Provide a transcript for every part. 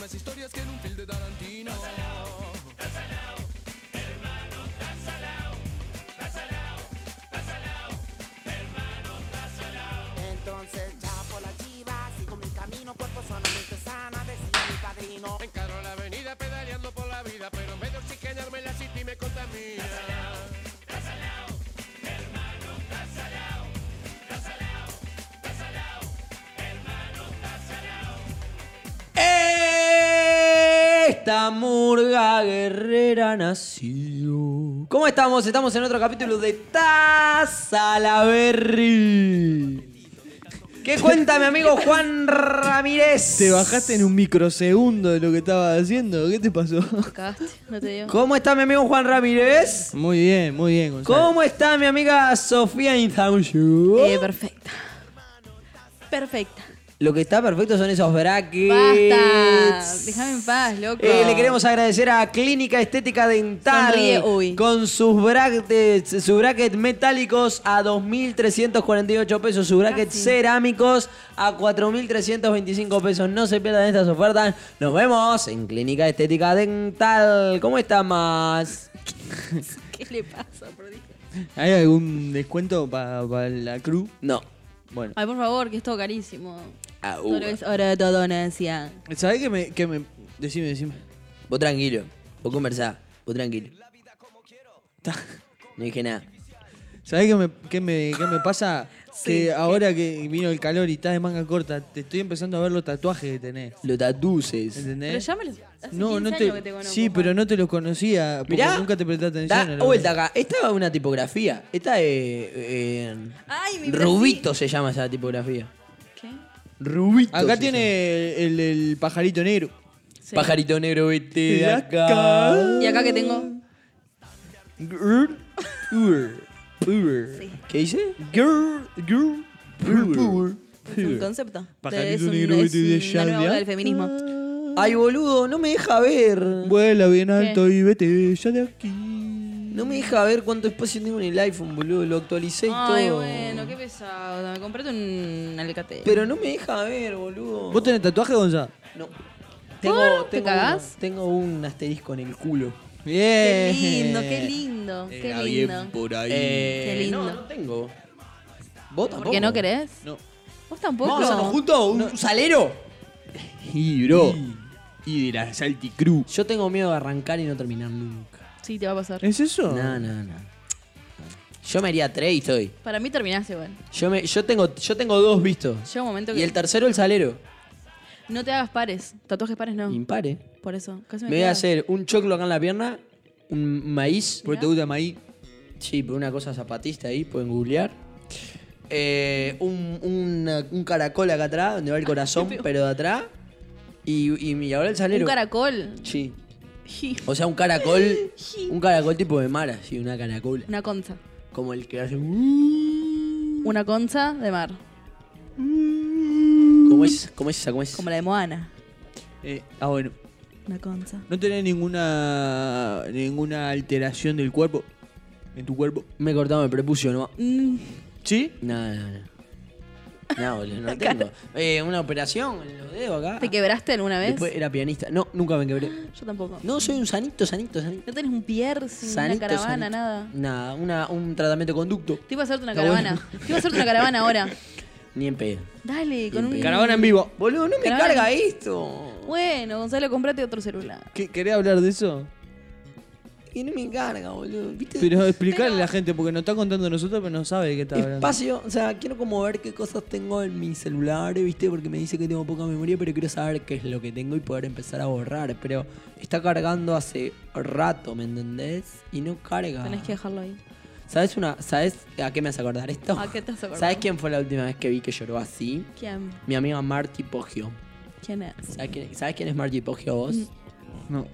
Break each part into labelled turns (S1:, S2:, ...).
S1: las historias que en un film de Tarantino.
S2: Entonces ya por la chiva sigo mi camino, cuerpo sanamente sana, decía mi padrino.
S1: Encaro la avenida pedaleando por la vida, pero en vez de oxigenarme la city me contamina.
S3: Esta murga guerrera nació. ¿Cómo estamos? Estamos en otro capítulo de Tazalaberry. ¿Qué cuenta mi amigo Juan Ramírez?
S4: Te bajaste en un microsegundo de lo que estabas haciendo. ¿Qué te pasó?
S5: Cagaste, no te digo.
S3: ¿Cómo está mi amigo Juan Ramírez?
S4: Muy bien, muy bien, Gonzalo.
S3: ¿Cómo está mi amiga Sofía Intaushu?
S5: Eh, perfecta. Perfecta.
S3: Lo que está perfecto son esos brackets.
S5: Basta. Déjame en paz, loco.
S3: Eh, le queremos agradecer a Clínica Estética Dental
S5: Sonríe hoy.
S3: con sus brackets, sus brackets metálicos a 2.348 pesos, sus brackets
S5: Casi.
S3: cerámicos a 4.325 pesos. No se pierdan estas ofertas. Nos vemos en Clínica Estética Dental. ¿Cómo está más?
S5: ¿Qué le pasa, por Dios?
S4: ¿Hay algún descuento para la crew?
S3: No.
S4: Bueno.
S5: Ay, por favor, que es todo carísimo.
S3: Ah,
S4: uh.
S5: Todo es hora de todo,
S4: Eh.
S5: Nancy.
S4: ¿Sabés que me, que me... Decime, decime.
S3: Vos tranquilo. Vos conversá. Vos tranquilo. No dije nada.
S4: ¿Sabés qué me, qué me, qué me pasa? Que ahora que vino el calor y estás de manga corta, te estoy empezando a ver los tatuajes que tenés.
S3: Lo tatuces.
S5: Pero
S4: ¿Entendés?
S5: ya me lo. Hace 15
S4: no, no
S5: años
S4: te,
S5: que te conozco,
S4: sí,
S5: Juan.
S4: pero no te los conocía porque
S3: Mirá,
S4: nunca te presté atención.
S3: da oh,
S4: a lo
S3: vuelta
S4: que-
S3: acá. Esta es una tipografía. Esta es. eh,
S5: Ay, mi
S3: Rubito se llama esa tipografía.
S5: ¿Qué?
S3: Rubito.
S4: Acá
S3: se
S4: tiene el, el pajarito negro.
S3: llama. Pajarito negro, vete de
S4: De
S3: acá.
S4: acá.
S5: ¿Y acá qué tengo?
S4: Grr, grr, grr.
S3: ¿Qué dice?
S4: Grr, grr, grr, grr.
S5: Es un concepto.
S4: Pajarito
S5: es un,
S4: negro,
S5: es
S4: vete de
S5: una
S4: allá,
S5: nueva
S4: ¿ya?
S5: ola del feminismo.
S3: Ay, boludo, no me deja ver.
S4: Vuela bien alto y vete ya de aquí.
S3: No me deja ver cuánto espacio tengo en el iPhone, boludo. Lo actualicé
S4: Ah,
S3: y
S5: Ay,
S3: todo.
S5: bueno, qué pesado. Me comprate un alicate.
S3: Pero no me deja ver, boludo.
S4: ¿Vos tenés tatuaje, Gonzalo?
S3: No. Tengo,
S5: ¿Por? ¿Te
S3: tengo
S5: cagás?
S3: uno. tengo un asterisco en el culo.
S5: Qué
S4: Bien.
S5: lindo, qué lindo,
S4: Eh,
S5: qué lindo.
S4: por ahí.
S3: Eh,
S5: Qué lindo.
S3: No, no tengo. ¿Vos tampoco?
S5: ¿Por qué no querés?
S4: No.
S5: ¿Vos tampoco?
S3: juntos? ¿Un salero?
S4: Y, bro. Y de la Salty Crew.
S3: Yo tengo miedo de arrancar y no terminar nunca.
S5: Sí, te va a pasar.
S4: ¿Es eso?
S3: No, no, no. Yo me haría tres y estoy.
S5: Para mí terminaste igual.
S3: Yo, me, yo, tengo, yo tengo dos vistos.
S5: Llega un momento
S3: Y
S5: que
S3: el tercero, el salero.
S5: no te hagas pares. Tatuajes pares Ah. no.
S3: Impare.
S5: Por eso. Casi
S3: Me
S5: me,
S3: voy
S5: quedo.
S3: a hacer un choclo acá en la pierna, un maíz.
S4: Porque te gusta maíz.
S3: Sí, pero una cosa zapatista ahí, pueden googlear. Eh, un, una- un caracol acá atrás, donde va
S5: Ah,
S3: el corazón, pero de atrás. Y, y, y ahora el salero.
S5: Un caracol.
S3: Sí. O sea, un caracol. un caracol tipo de mar, así, una caracola.
S5: Una concha.
S3: Como el que hace.
S5: Una concha de mar.
S3: ¿Cómo es? ¿Cómo es esa? ¿Cómo es?
S5: Como la de Moana.
S4: Eh, ah, bueno.
S5: Una concha.
S4: ¿No tenés ninguna ninguna alteración del cuerpo? ¿En tu cuerpo?
S3: Me he cortado el prepucio, ¿no?
S5: Mm,
S4: ¿Sí?
S3: No, no, no. No, boludo, no tengo. Eh, una operación en los dedos acá.
S5: ¿Te quebraste alguna vez?
S3: Ah. Después era pianista. No, nunca me quebré.
S5: Yo tampoco.
S3: No, soy un sanito, sanito, sanito.
S5: No tenés un piercing,
S3: Sanito,
S5: una caravana,
S3: sanito.
S5: nada.
S3: Nada, una, un tratamiento de conducto.
S5: Te iba a hacerte una
S3: Está
S5: caravana. Te iba a hacerte una caravana ahora.
S3: Ni en pedo.
S5: Dale, con un.
S4: Caravana en vivo.
S3: Boludo, no me
S5: Caravana.
S3: carga esto.
S5: Bueno, Gonzalo, comprate otro celular.
S4: ¿Qué- ¿Querés hablar de eso?
S3: Que no me carga, boludo. ¿Viste?
S4: Pero explicarle a la gente, porque nos está contando a nosotros, pero no sabe de qué está hablando.
S3: Espacio, o sea, quiero como ver qué cosas tengo en mi celular, ¿viste? Porque me dice que tengo poca memoria, pero quiero saber qué es lo que tengo y poder empezar a borrar. Pero está cargando hace rato, ¿me entendés? Y no carga.
S5: Tenés que dejarlo ahí.
S3: ¿Sabes una, sabes a qué me hace acordar esto?
S5: ¿A qué te has acordado?
S3: ¿Sabes quién fue la última vez que vi que lloró así?
S5: ¿Quién?
S3: Mi amiga Marty Poggio.
S5: ¿Quién es?
S3: ¿Sabes quién, ¿sabes quién es Marty Poggio vos?
S4: No.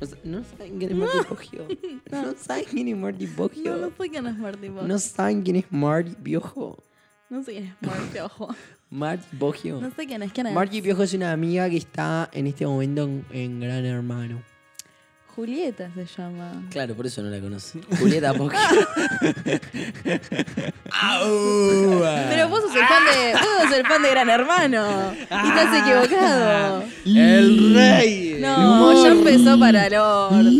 S3: No, sa- no saben quién es Marty Poggio. No. saben quién es Marty Poggio.
S5: No, no sé quién es Marty Bob.
S3: No saben quién es Marty Piojo.
S5: No sé quién es Marty ojo.
S3: Marty Poggio.
S5: No sé quién es. ¿Quién es?
S3: Margie Piojo es una amiga que está en este momento en, en Gran Hermano.
S5: Julieta se llama.
S3: Claro, por eso no la conoce. Julieta Pocky.
S5: Pero vos sos el fan de, vos sos el
S4: Ah.
S5: fan de Gran Hermano. Y estás equivocado.
S4: El rey.
S5: No, ya empezó para el orto.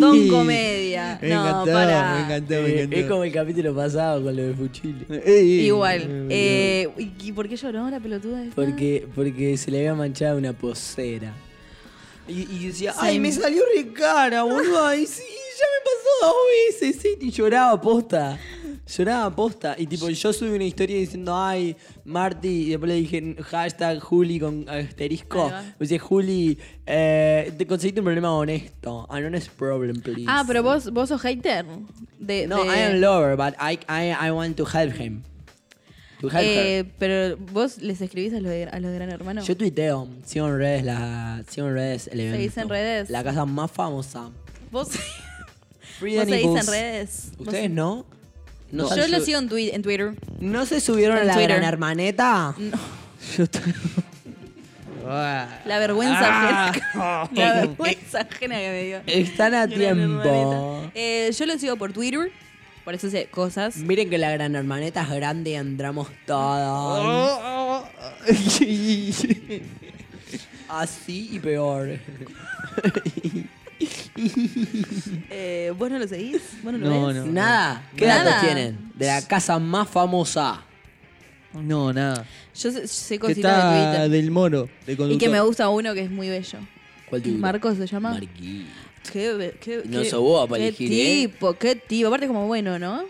S5: Don Comedia.
S4: Me
S5: No,
S4: encantó, me
S5: para.
S4: encantó, me encantó.
S3: es como el capítulo pasado con lo de Fuchile.
S4: Ey,
S5: Igual. Eh, ¿Y por qué lloró la pelotuda esta?
S3: Porque, porque se le había manchado una posera. Y, y decía,
S5: Sí.
S3: ay, me salió re cara, boludo. Ay, sí, ya me pasó dos veces. sí". Y lloraba posta. Lloraba posta. Y tipo, yo subí una historia diciendo, ay, Marty. Y después le dije, hashtag Juli con asterisco.
S5: Ahí va.
S3: Dice, Juli, eh, te conseguiste un problema honesto. Ah, Honest problem, please.
S5: Ah, pero vos, vos sos hater. De,
S3: No,
S5: de-
S3: I am lover, but I, I, I want to help him. To help her.
S5: Eh, pero vos les escribís a los de, a los de Gran Hermano.
S3: Yo tuiteo, sigo en redes, la, sigo en redes el evento.
S5: dice en redes.
S3: La casa más famosa.
S5: Vos, vos
S3: Free Danny
S5: seguís en
S3: Boots.
S5: redes. Vos-
S3: ¿Ustedes no? no
S5: Yo
S3: se-
S5: lo sigo en, twi- en Twitter.
S3: ¿No se subieron a
S5: En
S3: la
S5: Twitter.
S3: gran hermaneta?
S4: Ah.
S5: La vergüenza ajena. La vergüenza ajena que me dio.
S3: Están a
S5: Gran
S3: tiempo.
S5: hermanita. Eh, yo lo sigo por Twitter. Por eso sé cosas.
S3: Miren que la gran hermaneta es grande y entramos todos.
S4: Oh, oh, oh.
S3: Así y peor.
S5: Eh, ¿Vos no lo seguís? ¿Vos no lo
S4: No,
S5: ves?
S4: no.
S3: Nada. ¿Qué
S5: Nada.
S3: datos tienen? De la casa más famosa.
S4: No, nada.
S5: Yo sé, sé
S4: Que
S5: cositas de
S4: está
S5: Twitter.
S4: del moro, de conductor.
S5: Y que me gusta uno que es muy bello.
S3: ¿Cuál te gusta?
S5: Marcos se llama.
S3: Marquí.
S5: Qué, be- qué-
S3: No
S5: qué-
S3: sos vos para
S5: qué
S3: elegir, ¿eh?
S5: tipo, qué tipo. Aparte como bueno, ¿no?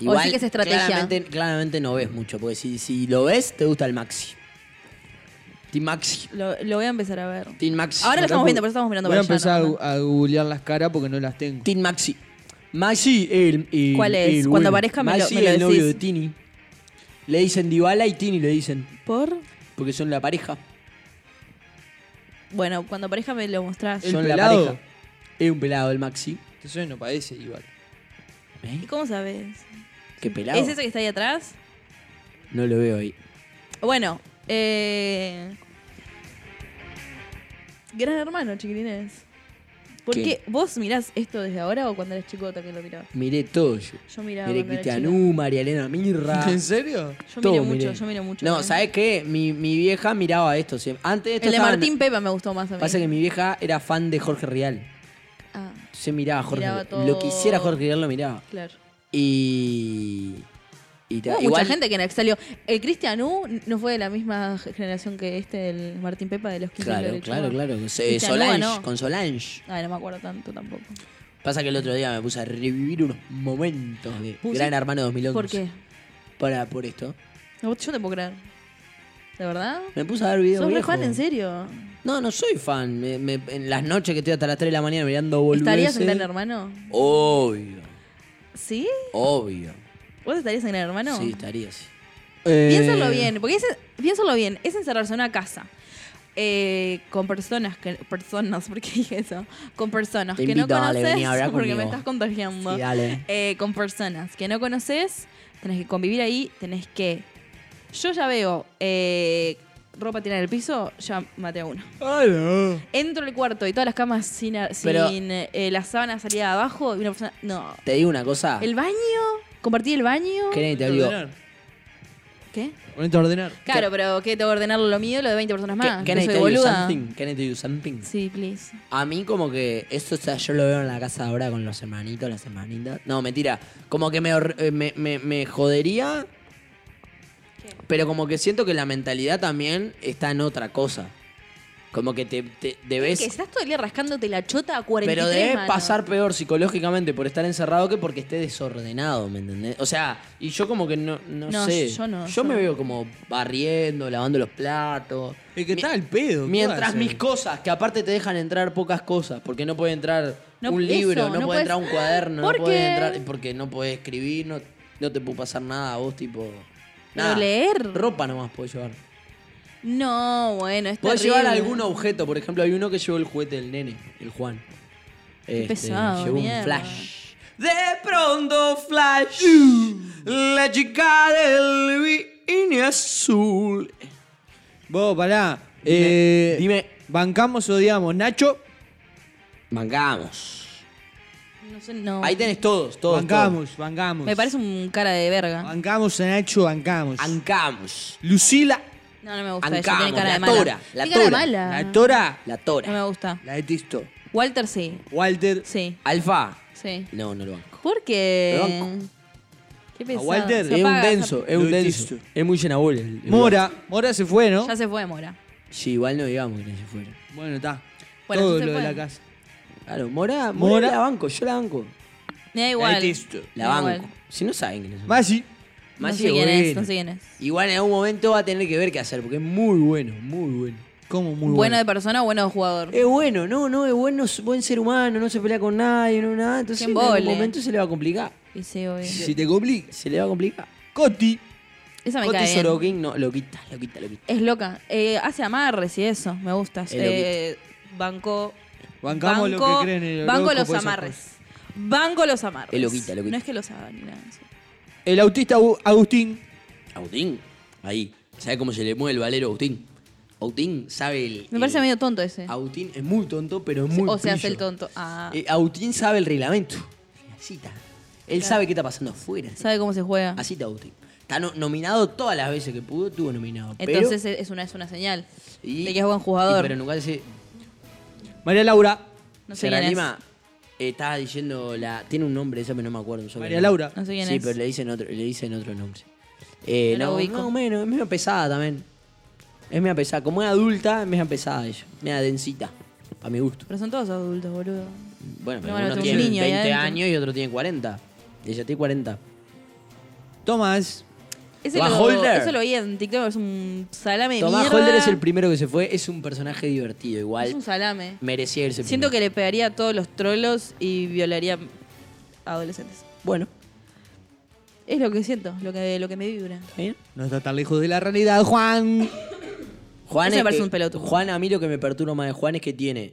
S3: Igual,
S5: sí que es estrategia.
S3: Claramente, claramente no ves mucho, porque si, si lo ves, te gusta el Maxi. Team Maxi.
S5: Lo, lo voy a empezar a ver.
S3: Team Maxi.
S5: Ahora lo estamos viendo, pero estamos mirando
S4: Voy a
S5: para allá,
S4: empezar a,
S5: ¿no?
S4: gu- a googlear las caras porque no las tengo.
S3: Team Maxi. Maxi, el, el-
S5: ¿Cuál es?
S3: el
S5: Cuando aparezca me lo-
S3: Maxi,
S5: me lo
S3: el novio de
S5: decís.
S3: Tini. Le dicen Dybala y Tini le dicen,
S5: ¿Por?
S3: porque son la pareja.
S5: Bueno, cuando aparezca me lo mostrás.
S4: El
S3: son
S4: pelado.
S3: la pareja. Es un pelado el Maxi.
S4: Te soy Este no parece igual.
S5: ¿Y cómo sabes?
S3: ¿Qué pelado?
S5: ¿Es ese que está ahí atrás?
S3: No lo veo ahí.
S5: Bueno, eh... Gran hermano, chiquilines. ¿Por
S3: ¿Qué?
S5: qué? ¿Vos mirás esto desde ahora o cuando eras chicota que lo mirabas?
S3: Miré todo yo.
S5: Yo miraba
S3: Miré
S5: cuando era
S3: Cristian
S5: chica.
S3: U, María Elena Mirra.
S4: ¿En serio?
S5: Yo
S3: todo
S5: miro mucho,
S3: miré.
S5: yo miro mucho.
S3: No,
S5: ¿eh?
S3: ¿sabes qué? Mi, mi vieja miraba esto siempre. Antes esto
S5: El de
S3: estaba-
S5: Martín ¿eh? Pepa me gustó más a mí.
S3: Pasa que mi vieja era fan de Jorge Rial.
S5: Ah,
S3: Entonces miraba a Jorge
S5: Miraba
S3: Rial. Lo que
S5: todo.
S3: hiciera Jorge Rial lo miraba.
S5: claro.
S3: Y. y te-
S5: Hubo
S3: igual-
S5: mucha gente que no salió. El Cristian U no fue de la misma generación que este del Martín Pepa de los 15
S3: Claro, claro, claro. Eh,
S5: Cristian
S3: Solange,
S5: Nova, ¿no?
S3: con Solange.
S5: Ay, no me acuerdo tanto tampoco.
S3: Pasa que el otro día me puse a revivir unos momentos de Gran Hermano 2011.
S5: ¿Por qué?
S3: Para, por esto.
S5: No, yo te puedo creer. ¿De verdad?
S3: Me puse a ver videos
S5: ¿Sos re
S3: viejos.
S5: fan, en serio?
S3: No, no soy fan. Me- me- en las noches que estoy hasta las 3 de la mañana mirando boludeces.
S5: ¿Estarías en Gran Hermano?
S3: Obvio,
S5: ¿Sí?
S3: obvio.
S5: ¿Vos estarías en Gran Hermano?
S3: Sí, estaría así.
S4: Eh,
S5: Piénsalo bien, porque es, piénsalo bien, es encerrarse en una casa eh, con personas que personas, porque dije eso, con personas
S3: Te
S5: que no
S3: invito, dale,
S5: conoces,
S3: vení a hablar
S5: porque me
S3: conmigo.
S5: estás contagiando.
S3: Sí, dale.
S5: Eh, con personas que no conoces, tenés que convivir ahí, tenés que Yo ya veo eh, ropa tirada en el piso, ya maté a uno.
S4: Ah,
S5: Entro al cuarto y todas las camas sin, a-
S3: Pero-
S5: sin eh, la sábana salida abajo y una persona no.
S3: Te digo una cosa.
S5: El baño, compartí el baño.
S3: Kenny, te digo.
S4: Ordenar.
S5: ¿Qué?
S4: Ponete a ordenar.
S5: Claro, pero ¿qué? Tengo que ordenar lo mío y lo de 20 personas más.
S3: Can, can
S5: no
S3: I
S5: soy
S3: tell you
S5: boluda.
S3: something? Can I tell you something?
S5: Sí, please.
S3: A mí como que eso o sea, yo lo veo en la casa ahora con los hermanitos, las hermanitas. No, mentira. Como que me, hor- eh, me, me- me jodería. Pero como que siento que la mentalidad también está en otra cosa. Como que te, te debes...
S5: Que estás todo el día rascándote la chota a 43
S3: Pero debe
S5: manos.
S3: pasar peor psicológicamente por estar encerrado que porque esté desordenado, ¿me entendés? O sea, y yo como que no, no,
S5: No,
S3: sé.
S5: yo no,
S3: Yo
S5: yo
S3: me
S5: no.
S3: veo como barriendo, lavando los platos.
S4: Es que
S3: Mi-
S4: está al pedo. Eh, ¿qué va a
S3: Mientras
S4: hacer?
S3: mis cosas, que aparte te dejan entrar pocas cosas, porque no puede entrar
S5: No,
S3: un libro,
S5: eso,
S3: no, puede
S5: no puedes-
S3: entrar un cuaderno,
S5: ¿Por
S3: no puede
S5: qué?
S3: entrar, porque no puede escribir, no, no te puede pasar nada a vos, tipo.
S5: Pero
S3: Nada.
S5: leer.
S3: Ropa nomás puedes llevar.
S5: No, bueno, es
S3: Podés
S5: terrible.
S3: llevar algún objeto, por ejemplo, hay uno que llevó el juguete del nene, el Juan. Este,
S5: pesado,
S3: llevó
S5: mierda.
S3: un flash. De pronto flash, la chica del vino azul.
S4: Vos, pará. eh,
S3: dime.
S4: Bancamos, odiamos. Nacho.
S3: Bancamos.
S5: No sé, no.
S3: Ahí tenés todos, todos.
S4: Bancamos, bancamos.
S5: Me parece un cara de
S3: Ah.
S5: verga.
S4: Bancamos a Nacho, bancamos.
S3: todos. Ancamos.
S4: Lucila,
S5: No, no me gusta. ella
S3: Bancamos,
S5: tiene cara
S3: la
S5: de mala.
S3: tora, la
S5: Tiene cara de
S3: tora,
S5: mala.
S4: la Tora,
S3: La
S5: No me
S3: Tora.
S5: gusta.
S4: la detesto.
S5: Walter sí.
S4: Walter,
S5: Sí,
S3: Alfa.
S5: sí.
S3: No, no lo banco.
S5: Porque.
S3: Lo banco.
S5: Qué pesado.
S4: Walter
S5: Se
S3: Es un
S5: apaga, se
S3: denso,
S5: ap-
S3: es un
S4: Lo
S3: denso.
S4: detesto.
S3: Es muy llenabol. el- el-
S4: Mora, Mora se fue, ¿no?
S5: Ya se fue, Mora.
S3: Sí, igual no digamos que se fuera.
S4: Bueno, está.
S5: Bueno,
S4: Todo
S5: ya se
S4: lo de
S5: fue.
S4: la casa.
S3: Claro, Mora, Mora,
S4: Mora.
S3: la banco, yo la banco.
S5: Me da igual.
S4: detesto.
S5: Me
S3: La
S5: da
S3: banco.
S5: igual.
S3: Si no saben quiénes son.
S4: Masi,
S5: No
S3: Masi
S5: sé
S3: es
S5: quién es,
S3: bueno.
S5: no sé quién es.
S3: Igual en algún momento va a tener que ver qué hacer, porque es muy bueno, muy bueno. Eh,
S4: como muy
S5: Bueno.
S4: bueno.
S5: de persona o bueno de jugador.
S3: Es bueno, no, no, es bueno, es buen ser humano, no se pelea con nadie, no nada. Entonces
S5: Qué
S3: en algún
S5: embole.
S3: momento se le va a complicar.
S5: Y sí, obvio.
S4: Si te complica.
S3: Se le va a complicar.
S4: Coti,
S5: Esa me
S3: Coti
S5: cae bien.
S3: Sorokin, no, lo quita, lo quita, lo quita.
S5: Es loca. Eh, hace amarres y eso. Me gusta.
S3: Es loquita.
S5: Eh, banco.
S4: Bancamos lo
S5: banco-
S4: que creen en el
S5: Banco
S4: horóscopo,
S5: los
S4: esas
S5: amarres. Banco los amarres.
S3: Es loquita, loquita.
S5: No es que los hagan ni nada. sí.
S4: el autista Agu- Agustín.
S3: Agustín, ahí. ¿Sabe cómo se le mueve el valero a Agustín? Agustín sabe el.
S5: Me parece
S3: el-
S5: medio tonto ese.
S3: Agustín es muy tonto, pero es muy.
S5: o se hace el
S3: pillo.
S5: tonto. Ah,
S3: Eh, Agustín sabe el reglamento. Así está. Él sabe qué está pasando afuera.
S5: sabe cómo se juega.
S3: Así está Agustín. Está no- nominado todas las veces que pudo, estuvo nominado.
S5: Entonces eh, es una, es una señal
S3: pero, y-
S5: de que es buen
S3: y
S5: jugador.
S3: pero nunca se.
S4: María Laura.
S5: no sé
S3: se
S5: quién es.
S3: reanima. eh, Estaba diciendo la. Tiene un nombre, eso pero no me acuerdo. no sé
S4: María
S3: qué
S4: Laura.
S5: No sé quién
S3: sí,
S5: es.
S3: pero le dicen otro, le dicen otro nombre. Eh,
S5: No la
S3: no,
S5: ubico.
S3: más o menos, es medio pesada también. Es medio pesada. Como es adulta, es medio pesada ella. Medio densita. A mi gusto.
S5: Pero son todos adultos, boludo.
S3: Bueno, pero
S5: No,
S3: uno
S5: bueno, tengo un
S3: tiene
S5: niño ahí
S3: 20
S5: adentro.
S3: años y otro tiene 40. Ella tiene 40.
S4: Tomás.
S5: Ese
S3: Tomás
S5: lo-
S3: Holder.
S5: Eso lo veía en TikTok, es un salame de
S3: Tomás
S5: mierda.
S3: Holder es el primero que se fue. Es un personaje divertido,
S5: Es un
S3: igual.
S5: salame.
S3: Merecía irse
S5: Siento que
S3: primero.
S5: le pegaría a todos los trolos y violaría a adolescentes.
S3: Bueno,
S5: Es lo que siento, lo que, lo que me vibra.
S3: está bien.
S4: No está tan lejos de la realidad, Juan.
S3: Juan,
S5: Ese me
S3: es
S5: parece
S3: que-
S5: un pelotudo.
S3: Juan, a mí lo que me perturba más de Juan es que tiene.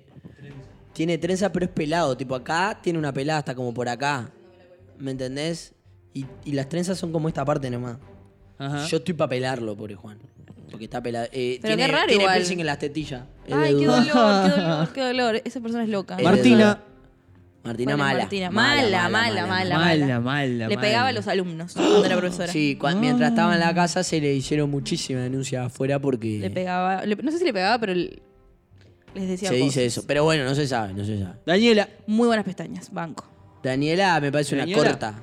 S3: Tiene trenza, pero es pelado. Tipo, acá tiene una pelada hasta como por acá. ¿Me entendés? Y, y las trenzas son como esta parte nomás.
S4: Ajá.
S3: Yo estoy para pelarlo, pobre Juan. Porque está pelado. Eh,
S5: Pero
S3: tiene,
S5: qué raro
S3: tiene
S5: igual.
S3: piercing en las tetillas. Es de
S5: Ay, qué
S3: duda.
S5: dolor, qué dolor, qué dolor. Esa persona es loca.
S3: Eh,
S4: Martina.
S3: Martina
S5: Bueno,
S3: mala.
S5: Martina. Mala, mala, mala,
S4: Mala, mala,
S5: Le
S4: mala.
S5: pegaba a los alumnos cuando era profesora.
S3: Sí, cua-
S5: Mm.
S3: mientras estaba en la casa se le hicieron muchísimas denuncias afuera porque
S5: Le pegaba. le- no sé si le pegaba, pero l- les decía.
S3: se
S5: cosas.
S3: dice eso. Pero bueno, no se sabe, no se sabe.
S4: Daniela.
S5: Muy buenas pestañas, banco.
S3: Daniela me parece
S4: Daniela.
S3: una corta.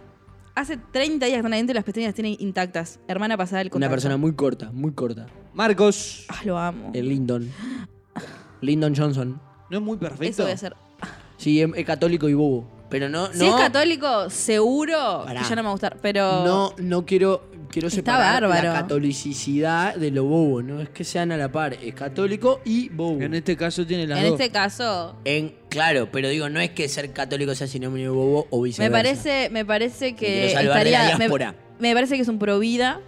S5: Hace 30 días que están adentro y las pestañas las tiene intactas. Hermana pasada del contacto.
S3: Una persona muy corta, muy corta.
S4: Marcos.
S5: Ah, lo amo.
S3: El Lyndon. Lyndon Johnson.
S4: No es muy perfecto.
S5: Eso voy a hacer.
S3: Sí, es, es católico y bobo. Pero no, no.
S5: Si es católico, seguro
S3: Pará.
S5: que ya no me va a gustar. Pero.
S3: No, no quiero, quiero
S5: Está
S3: separar
S5: bárbaro.
S3: la catolicidad de lo bobo. No es que sean a la par, es católico y bobo.
S4: En este caso tiene las
S5: En
S4: dos.
S5: este caso,
S3: En, claro, pero digo, no es que ser católico sea sinónimo de bobo o
S5: me
S3: viceversa.
S5: parece, me parece que
S3: quiero salvar de la
S5: estaría. me-
S3: diáspora.
S5: Me, parece que es un pro vida.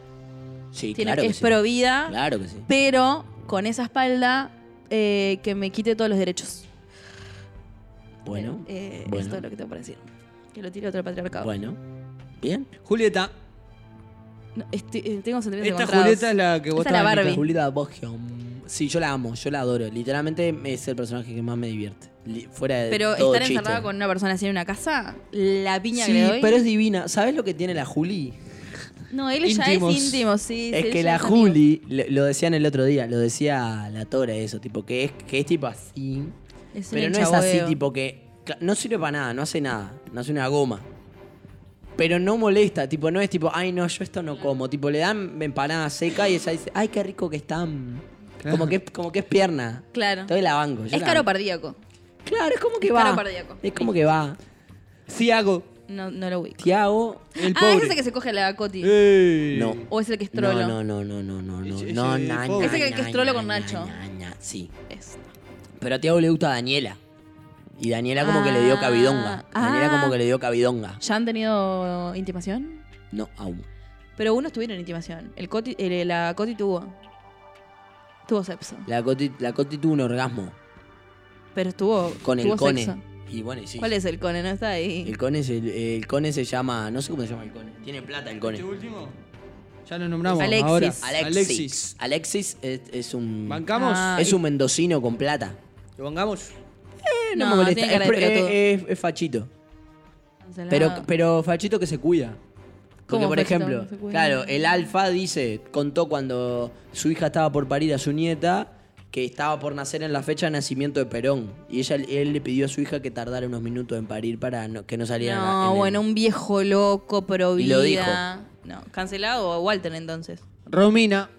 S3: Sí,
S5: tiene-
S3: claro que
S5: es
S3: sí.
S5: pro vida.
S3: Claro que sí.
S5: Pero con esa espalda eh, que me quite todos los derechos.
S3: Bueno.
S5: Eh, eh,
S3: bueno.
S5: Es todo lo que tengo para decir. Que lo tire otro patriarcado.
S3: Bueno. Bien.
S4: Julieta.
S5: No, este- eh, tengo sentimientos
S4: Esta
S5: encontrados.
S4: Julieta es la que vos
S5: Esta es la
S4: estabas
S5: Barbie.
S3: Julieta Boggium. Sí, yo la amo, yo la adoro. Literalmente es el personaje que más me divierte. Li- Fuera de
S5: Pero
S3: todo
S5: estar
S3: chiste.
S5: encerrada con una persona así en una casa, la piña que
S3: Sí,
S5: le doy.
S3: pero es divina. ¿Sabes lo que tiene la Juli?
S5: No, él
S4: Íntimos.
S5: ya es íntimo, sí.
S3: es
S5: sí,
S3: que
S5: ya
S3: la
S5: es amigo.
S3: Juli, lo, lo decían el otro día, lo decía la Tora eso, tipo, que es, que es tipo así.
S5: Es un
S3: Pero no es así,
S5: hinchahueveo.
S3: tipo que. cla- No sirve para nada, no hace nada. No hace una goma. Pero no molesta, tipo, no es tipo, ay, no, yo esto no como. Tipo, le dan empanada seca y ella dice, ay, qué rico que están. Como que, como que es pierna.
S5: Claro.
S3: Estoy la banco. yo
S5: Es
S3: la
S5: caro
S3: banco.
S5: cardíaco.
S3: Claro, es como que
S5: es
S3: va.
S5: caro cardíaco.
S3: Es como que va.
S4: Ciago.
S5: No, no lo ubico.
S3: Tiago.
S4: El
S5: ah,
S4: pobre.
S5: es ese que se coge a la Coti.
S4: ¡Ey!
S3: No.
S5: O es el que es
S3: Eh. No,
S5: trolo.
S3: no, no, no, no, no, no,
S4: Ese-
S3: no,
S4: ese
S3: na,
S4: pobre.
S3: na,
S5: Ese que- que
S3: na,
S5: es trolo
S3: na,
S5: con
S3: na,
S5: Nacho.
S3: na, na. Sí.
S5: Es-
S3: Pero a Tiago le gusta a Daniela. Y Daniela como que le dio
S5: Ah,
S3: cabidonga. Daniela
S5: ah.
S3: como que le dio cabidonga.
S5: ¿Ya han tenido intimación?
S3: No, aún.
S5: Pero unos tuvieron intimación. El Coti, el- eh, la Coti tuvo. Tuvo sexo.
S3: La Coti, la Coti tuvo un orgasmo
S5: Pero estuvo.
S3: con el
S5: tuvo
S3: cone.
S5: sexo.
S3: Y bueno, y sí.
S5: ¿Cuál es el cone? No está ahí.
S3: El cone, se, el cone se llama. No sé cómo se llama el cone. Tiene plata el cone.
S4: Este último. Ya lo nombramos.
S5: Alexis.
S4: Ahora.
S3: Alexis. Alexis, es, es un.
S4: ¿Bancamos?
S5: Ah.
S3: Es un mendocino con plata.
S4: ¿Lo bancamos?
S3: Eh,
S6: no,
S5: No,
S6: me molesta.
S5: tiene
S6: Es,
S5: cara de
S6: pro-
S5: pelotudo.
S6: es- es- es fachito.
S5: Cancelado.
S3: Pero, pero Fachito que se cuida. Porque,
S5: ¿Cómo
S3: por
S5: Fachito
S3: ejemplo,
S5: que se cuida?
S3: claro, el Alfa dice, contó cuando su hija estaba por parir a su nieta que estaba por nacer en la fecha de nacimiento de Perón. Y ella, él le pidió a su hija que tardara unos minutos en parir para no- que no saliera. en la- en
S5: no,
S3: el-
S5: bueno, un viejo loco, pro
S3: Y lo
S5: vida. No, cancelado o Walter entonces.
S4: Romina.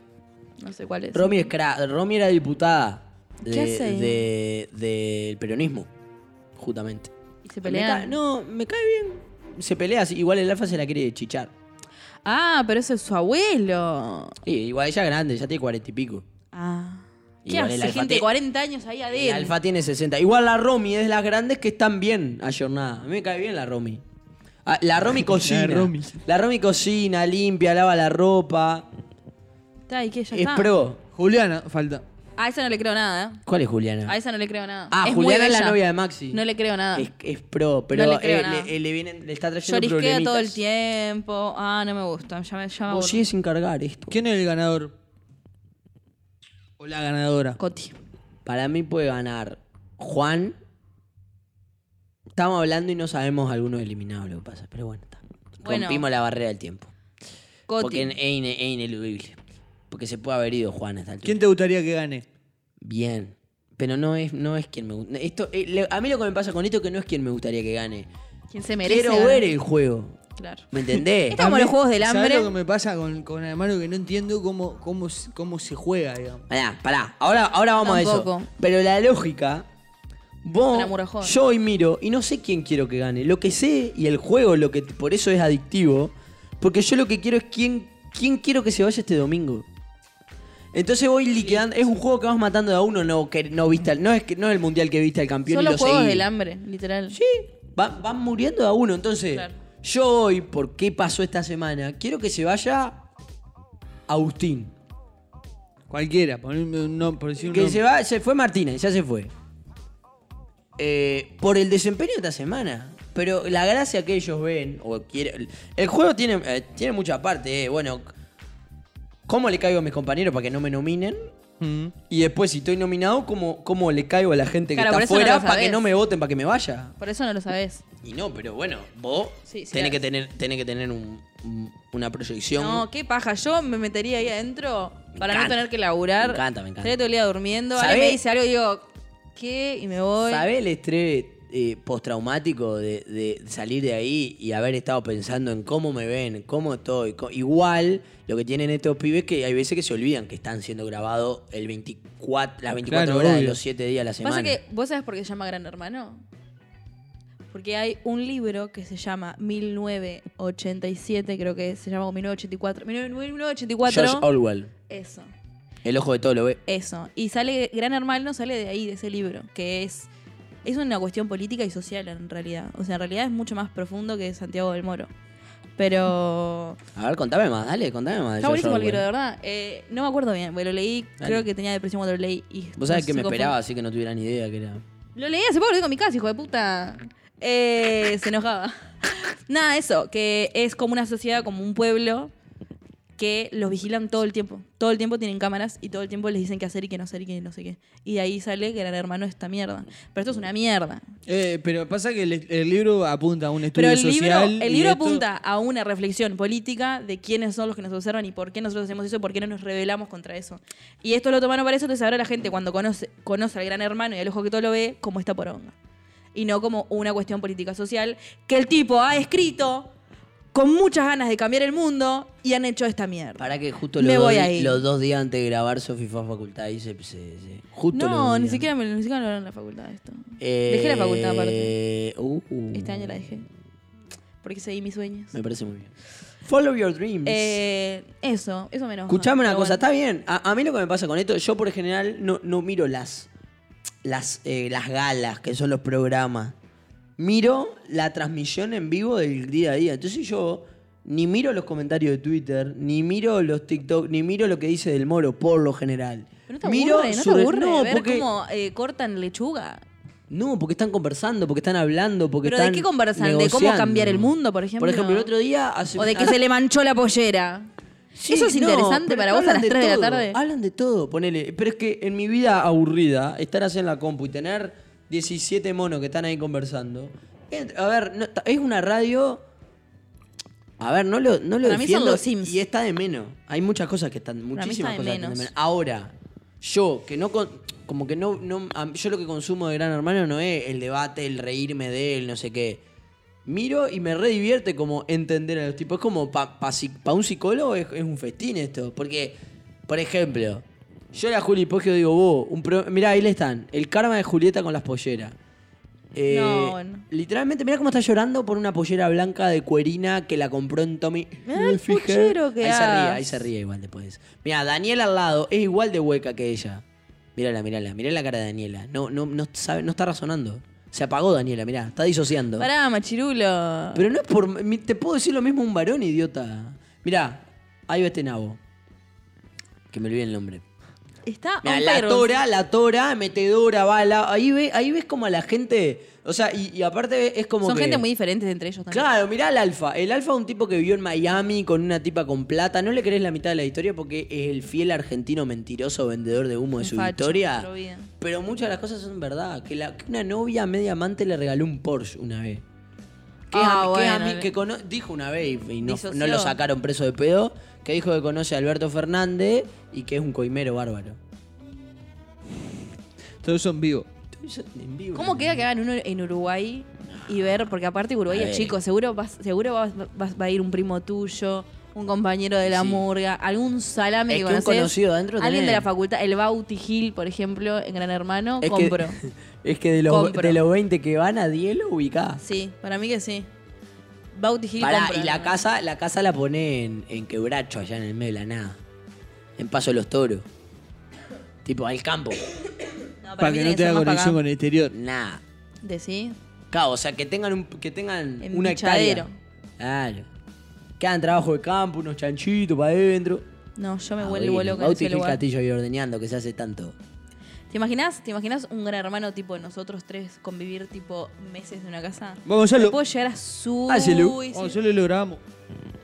S5: No sé cuál es.
S3: Romy, es cra- Romy era diputada de-
S5: ¿Qué hace ahí?
S3: de- del peronismo, justamente.
S5: Y se
S3: Me ca-
S5: pelean.
S3: no, me cae bien. Se pelea, sí, igual el Alfa se la quiere chichar.
S5: Ah, pero ese es su abuelo.
S3: Sí, igual ella es grande, ya tiene cuarenta y pico.
S5: Ah. ¿Qué
S3: Igual el
S5: hace
S3: alfa
S5: gente de
S3: te-
S5: 40 años ahí
S3: El
S5: adentro?
S3: Alfa tiene 60. Igual la Romy es de las grandes que están bien ayornadas. A mí me cae bien la Romy. Ah, la Romy cocina. la, Romy.
S4: Romy.
S3: cocina, limpia, lava la ropa.
S5: Está, ¿y qué? Ya
S3: es
S5: está.
S3: pro.
S4: Juliana, falta.
S5: A esa no le creo nada, ¿eh?
S3: ¿Cuál es Juliana?
S5: A esa no le creo nada.
S3: Ah,
S5: Es muy
S3: Juliana es la
S5: bella.
S3: novia de Maxi.
S5: No le creo nada.
S3: Es, es pro, pero
S5: No le creo
S3: eh,
S5: nada.
S3: le, eh, le vienen- le está trayendo
S5: Llorisquea todo el
S3: problemitas.
S5: tiempo. Ah, no me gusta. Ya me, ya me
S3: Vos
S5: aburro.
S3: sigues sin cargar esto.
S4: ¿Quién es el ganador? O la ganadora.
S5: Coti.
S3: Para mí puede ganar Juan. Estamos hablando y no sabemos algunos eliminados lo que pasa, pero bueno, está.
S5: Bueno.
S3: Rompimos la barrera del tiempo. Porque
S5: Coti.
S3: en- es, ine- es ineludible. Porque se puede haber ido Juan hasta el
S4: ¿Quién te gustaría que gane?
S3: Bien. Pero no es, no es quien me gusta. Esto, eh, le- a mí lo que me pasa con esto es que no es quien me gustaría que gane.
S5: ¿Quién se merece?
S3: Quiero
S5: ganar?
S3: ver el juego.
S5: Claro.
S3: ¿Me entendés?
S5: Está como
S4: A mí-
S5: los Juegos del
S4: ¿sabés
S5: Hambre.
S4: lo que me pasa con, con Amaro? Que no entiendo cómo, cómo, se- cómo se juega, digamos.
S3: Pará, pará. Ahora, ahora vamos a
S5: Tampoco.
S3: eso. Pero la lógica. Vos,
S5: Una murga joven.
S3: yo hoy miro y no sé quién quiero que gane. Lo que sé y el juego, lo que por eso es adictivo, porque yo lo que quiero es quién, quién quiero que se vaya este domingo. Entonces voy liquidando. Es un juego que vas matando de a uno, no, que no viste al- no es que no es el mundial que viste al campeón
S5: Son
S3: y
S5: los
S3: lo
S5: Juegos
S3: seguí.
S5: del Hambre, literal.
S3: Sí, van, van muriendo de a uno. Entonces,
S5: Claro.
S3: yo hoy, por qué pasó esta semana, quiero que se vaya Agustín.
S4: Cualquiera, poneme un nom- por decir un
S3: Que
S4: nombre.
S3: se va, se fue Martínez, ya se fue. Eh, por el desempeño de esta semana. Pero la gracia que ellos ven, o quiere- El juego tiene, eh, tiene mucha parte, eh, bueno. ¿Cómo le caigo a mis compañeros para que no me nominen?
S4: Mm.
S3: Y después, si estoy nominado, ¿cómo, cómo le caigo a la gente que
S5: Claro, por
S3: está
S5: eso no
S3: afuera
S5: lo
S3: para que
S5: sabés.
S3: no me voten, para que me vaya?
S5: Por eso no lo sabés.
S3: Y no, pero bueno, vos
S5: Sí, sí,
S3: tenés,
S5: claro.
S3: que tener, tenés que tener un- un- una proyección.
S5: No, qué paja. Yo me metería ahí adentro
S3: Me
S5: para no
S3: encanta.
S5: tener que laburar.
S3: Me encanta, me encanta.
S5: Estaría todo el día durmiendo.
S3: ¿Sabés?
S5: Alguien me dice algo y digo, ¿qué? Y me voy.
S3: ¿Sabés el estrés eh, postraumático de, de salir de ahí y haber estado pensando en cómo me ven, cómo estoy? co- Igual lo que tienen estos pibes que hay veces que se olvidan que están siendo grabados el 24, las 24
S4: Claro,
S3: horas de
S4: obvio.
S3: los 7 días de la semana.
S5: Pasa que, ¿vos sabés por qué se llama Gran Hermano? Porque hay un libro que se llama 1987, creo que se llama o 1984. 1984.
S3: George Orwell,
S5: Eso,
S3: el ojo de todo lo ve.
S5: eso. Y sale Gran Hermano sale de ahí, de ese libro, que es es una cuestión política y social en realidad. O sea, en realidad es mucho más profundo que Santiago del Moro. Pero
S3: A ver, contame más, dale, contame más. de
S5: Está
S3: George
S5: buenísimo el
S3: Orwell.
S5: libro, de verdad. Eh, no me acuerdo bien, bueno, lo leí,
S3: Dale.
S5: creo que tenía depresión cuando lo leí. Y
S3: Vos sabés
S5: no
S3: que
S5: sé,
S3: me
S5: se confunde.
S3: esperaba, así que no tuviera ni idea que era.
S5: Lo leí hace poco, lo tengo en mi casa, hijo de puta. Eh, se enojaba. Nada, eso, que es como una sociedad, como un pueblo, que los vigilan todo el tiempo. Todo el tiempo tienen cámaras y todo el tiempo les dicen qué hacer y qué no hacer y qué no sé qué. Y de ahí sale que el hermano es esta mierda. Pero esto es una mierda.
S4: Eh, pero pasa que el, el libro apunta a un estudio
S5: Pero el libro,
S4: social.
S5: el
S4: y
S5: libro
S4: esto-
S5: apunta a una reflexión política de quiénes son los que nos observan y por qué nosotros hacemos eso y por qué no nos rebelamos contra eso. Y esto lo tomaron para eso, entonces ahora la gente cuando conoce, conoce al gran hermano y al ojo que todo lo ve, como esta poronga. Y no como una cuestión política social que el tipo ha escrito con muchas ganas de cambiar el mundo y han hecho esta mierda.
S3: Para que justo
S5: Me
S3: los,
S5: voy
S3: dos,
S5: a ir.
S3: los dos días antes de grabar Sofi fue a facultad y se... se- se- justo los
S5: no,
S3: dos
S5: ni
S3: días.
S5: siquiera, me, ni siquiera me lo hablaron en la facultad esto.
S3: Eh,
S5: Dejé la facultad aparte.
S3: uh, uh.
S5: Este año la dejé. Porque seguí mis sueños.
S3: Me parece muy bien. Follow your dreams.
S5: Eh, eso, eso me enoja.
S3: Escuchame una
S5: Pero
S3: cosa,
S5: bueno.
S3: está bien. A, a mí lo que me pasa con esto, yo por general no, no miro las, las, eh, las galas, que son los programas. Miro la transmisión en vivo del día a día. Entonces yo ni miro los comentarios de Twitter, ni miro los TikTok, ni miro lo que dice del Moro, por lo general.
S5: Pero no te
S3: miro
S5: aburre, no te
S3: su re-
S5: aburre
S3: no,
S5: ver
S3: porque,
S5: cómo eh, cortan lechuga.
S3: No, porque están conversando, porque están hablando, porque
S5: ¿Pero de
S3: están
S5: qué conversan? ¿De cómo
S3: negociando.
S5: cambiar el mundo, por ejemplo?
S3: Por ejemplo, el otro día... hace-
S5: O de que se le manchó la pollera.
S3: Sí,
S5: ¿Eso es
S3: no,
S5: interesante
S3: pero
S5: para vos a
S3: hablan
S5: las 3 de la
S3: todo,
S5: tarde?
S3: Hablan de todo, ponele. Pero es que en mi vida aburrida, estar así en la compu y tener
S6: 17 monos que están ahí conversando. Ent- A ver, no- ta- es una radio. A ver, no lo, no lo
S5: Para mí son
S6: defiendo
S5: los Sims.
S3: Y está de menos. Hay muchas cosas que están,
S5: Para mí
S3: muchísimas
S5: está de
S3: cosas que están de
S5: menos.
S3: menos. Ahora, yo, que no, con- como que no, no- a- yo lo que consumo de Gran Hermano no es el debate, el reírme de él, no sé qué. Miro y me redivierte como entender a los tipos. Es como, para un psicólogo es, es un festín esto. Porque, por ejemplo, yo era Juli Poggio digo, vos, un pro- mirá, ahí le están, el karma de Julieta con las polleras. Eh,
S5: No, no.
S3: Literalmente, mira cómo está llorando por una pollera blanca de cuerina que la compró en Tommy.
S5: Mirá el puchero que
S3: ahí se ríe,
S5: hace.
S3: ahí se ríe igual después. Mira, Daniela al lado es igual de hueca que ella. Mírala, mírala, mirá la cara de Daniela. No, no, no sabe, no está razonando. Se apagó Daniela, mirá, está disociando.
S5: Pará, machirulo.
S3: Pero no es por. mi- Te puedo decir lo mismo un varón, idiota. Mirá, ahí va este nabo. Que me olvidé el nombre.
S5: Está
S3: Mirá,
S5: on
S3: la
S5: fire.
S3: tora, la tora, metedora, bala. Ahí, ve, ahí ves como a la gente. O sea, y, y aparte es como.
S5: Son
S3: que-
S5: gente muy diferente entre ellos también.
S3: Claro, mirá al alfa. El alfa es un tipo que vivió en Miami con una tipa con plata. No le crees la mitad de la historia porque es el fiel argentino mentiroso vendedor de humo de
S5: Un
S3: su
S5: facho,
S3: historia.
S5: lo vi.
S3: Pero muchas de las cosas son verdad. Que, la- que una novia media amante le regaló un Porsche una vez. Que,
S5: Ah,
S3: ami- que
S5: bueno,
S3: ami-
S5: le-
S3: que cono- dijo una vez y- y no,
S5: Disoció.
S3: no lo sacaron preso de pedo. Que dijo que conoce a Alberto Fernández y que es un coimero bárbaro.
S4: Todo eso en vivo.
S3: En vivo,
S5: ¿Cómo
S3: ¿no?
S5: queda que hagan uno en Uruguay y ver? Porque aparte Uruguay
S3: A
S5: es
S3: ver.
S5: chico, seguro, vas, seguro vas- vas- va a ir un primo tuyo, un compañero de la
S3: Sí.
S5: murga, algún salame
S3: Es
S5: que
S3: que un
S5: conoces.
S3: conocido adentro
S5: alguien
S3: tenés.
S5: de la facultad, el Bauti Gil, por ejemplo, en Gran Hermano,
S3: Es que-
S5: compro.
S3: Es que de los,
S5: Compro.
S3: de los 20 que van a 10 lo ubicás.
S5: Sí, para mí que sí. Bauti Gil
S3: Pará,
S5: compro.
S3: y la casa, la casa la pone en, en quebracho, allá en el medio de la nada. En Paso de los Toros. Tipo, al campo.
S5: No, para
S4: Para,
S5: mí
S4: que
S5: tiene
S4: no
S5: ser
S4: tenga
S5: más
S4: conexión
S5: para
S4: con el exterior.
S3: Nada.
S5: acá. Decí.
S3: Claro, o sea, que tengan, un, que tengan
S5: En
S3: una
S5: Pichadero.
S3: hectárea. Claro. Quedan trabajo de campo, unos chanchitos para adentro.
S5: No, yo me
S3: Ah,
S5: vuelvo
S3: bueno,
S5: loca en
S3: Bauti
S5: ese
S3: Gil
S5: lugar.
S3: Castillo y ordeñando, que se hace tanto.
S5: ¿Te imaginas, ¿Te imaginas un gran hermano tipo nosotros tres convivir tipo meses en una casa?
S4: Vamos, Gonzalo.
S5: Me Puedo llegar a su...
S3: Hácelo.
S5: Uy, sí.
S4: Vamos, solo lo grabamos.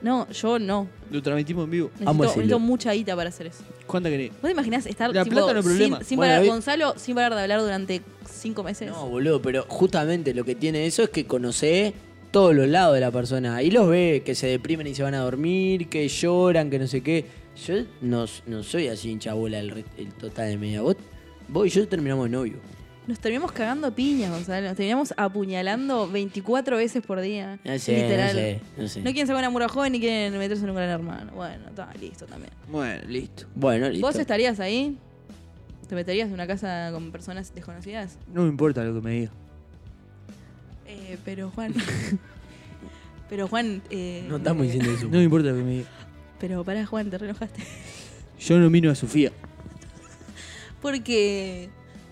S5: No, yo no.
S4: Lo transmitimos en vivo.
S5: Necesito,
S3: decirlo.
S5: necesito mucha guita para hacer eso.
S4: ¿Cuánta querés?
S5: ¿Vos te imaginás estar
S4: La
S5: tipo,
S4: plata no es problema.
S5: sin, sin
S3: Bueno,
S5: parar,
S3: hoy-
S5: Gonzalo sin parar de hablar durante cinco meses?
S3: No, boludo, pero justamente lo que tiene eso es que conoce todos los lados de la persona. Y los ve, que se deprimen y se van a dormir, que lloran, que no sé qué. Yo no, no soy así hincha bola el, re- el total de media. Vos, vos y yo terminamos de novio.
S5: Nos terminamos cagando a piñas, Gonzalo. Nos terminamos apuñalando 24 veces por día.
S3: No sé,
S5: Literal.
S3: no sé, no sé.
S5: No quieren sacar una mura joven ni quieren meterse en un gran hermano. Bueno, está listo también.
S4: Bueno, listo.
S3: Bueno, listo.
S5: ¿Vos estarías ahí? ¿Te meterías en una casa con personas desconocidas?
S4: No me importa lo que me diga.
S5: Eh, pero Juan. pero Juan. eh,
S3: No estamos diciendo eso.
S4: No me importa lo que me diga.
S5: Pero pará, Juan, te relojaste.
S4: Yo nomino a Sofía.
S5: Porque.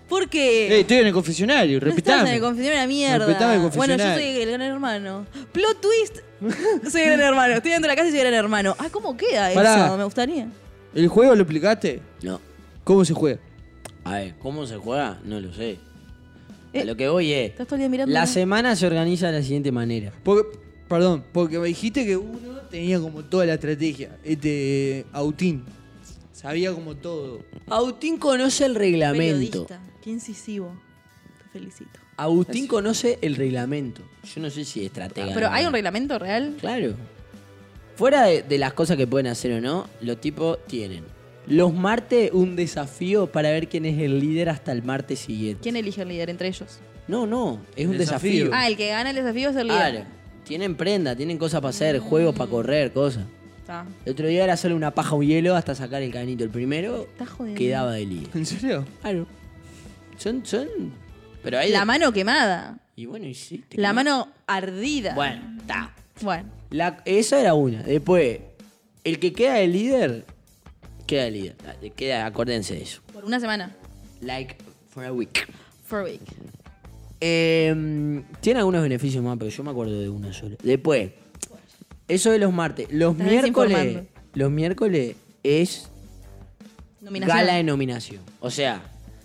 S5: Porque.
S4: Eh, estoy en el confesionario,
S5: No estás en
S4: respetame.
S5: el confesionario una mierda.
S4: Respetame el
S5: bueno, yo
S4: confesionario.
S5: soy el gran hermano. Plot twist. soy gran hermano. Estoy dentro de la casa y soy gran hermano. Ah, ¿cómo queda
S4: Pará.
S5: eso? Me gustaría.
S4: ¿El juego lo explicaste?
S3: No.
S4: ¿Cómo se juega?
S3: A ver, ¿cómo se juega? No lo sé.
S5: Eh,
S3: a lo que voy es.
S5: Estás todo el día mirando.
S3: La
S5: ¿no?
S3: semana se organiza de la siguiente manera.
S4: Porque, perdón, porque me dijiste que uno tenía como toda la estrategia. Este, Autín. Sabía como todo.
S3: Agustín conoce el reglamento.
S5: Periodista. Qué incisivo. Te felicito.
S3: Agustín conoce el reglamento. Yo no sé si estratega.
S5: Pero
S3: ¿no?
S5: hay un reglamento real.
S3: Claro. Fuera de, de las cosas que pueden hacer o no, los tipos tienen. Los martes un desafío para ver quién es el líder hasta el martes siguiente.
S5: ¿Quién elige el líder entre ellos?
S3: No, no, es un desafío.
S4: Desafío.
S5: Ah, el que gana el desafío es el líder.
S3: Claro. Tienen prenda, tienen cosas para hacer, juegos para correr, cosas.
S5: Está.
S3: El otro día era solo una paja o un hielo hasta sacar el canito. El primero
S5: Está jodiendo.
S3: quedaba de líder.
S4: ¿En serio?
S3: Claro. Son, son. Pero ahí.
S5: La mano quemada.
S3: Y bueno, y sí. te
S5: La
S3: quemás.
S5: mano ardida.
S3: Bueno, está.
S5: Bueno.
S3: La- esa era una. Después, el que queda de líder, queda de líder. Queda, acuérdense de eso.
S5: Por una semana.
S3: Like for a week.
S5: For a week.
S3: Eh, tiene algunos beneficios más, pero yo me acuerdo de uno solo. Después, eso de los martes. Los
S5: Estás
S3: miércoles.
S5: desinformando.
S3: Los miércoles es
S5: Nominación.
S3: gala de nominación. O sea,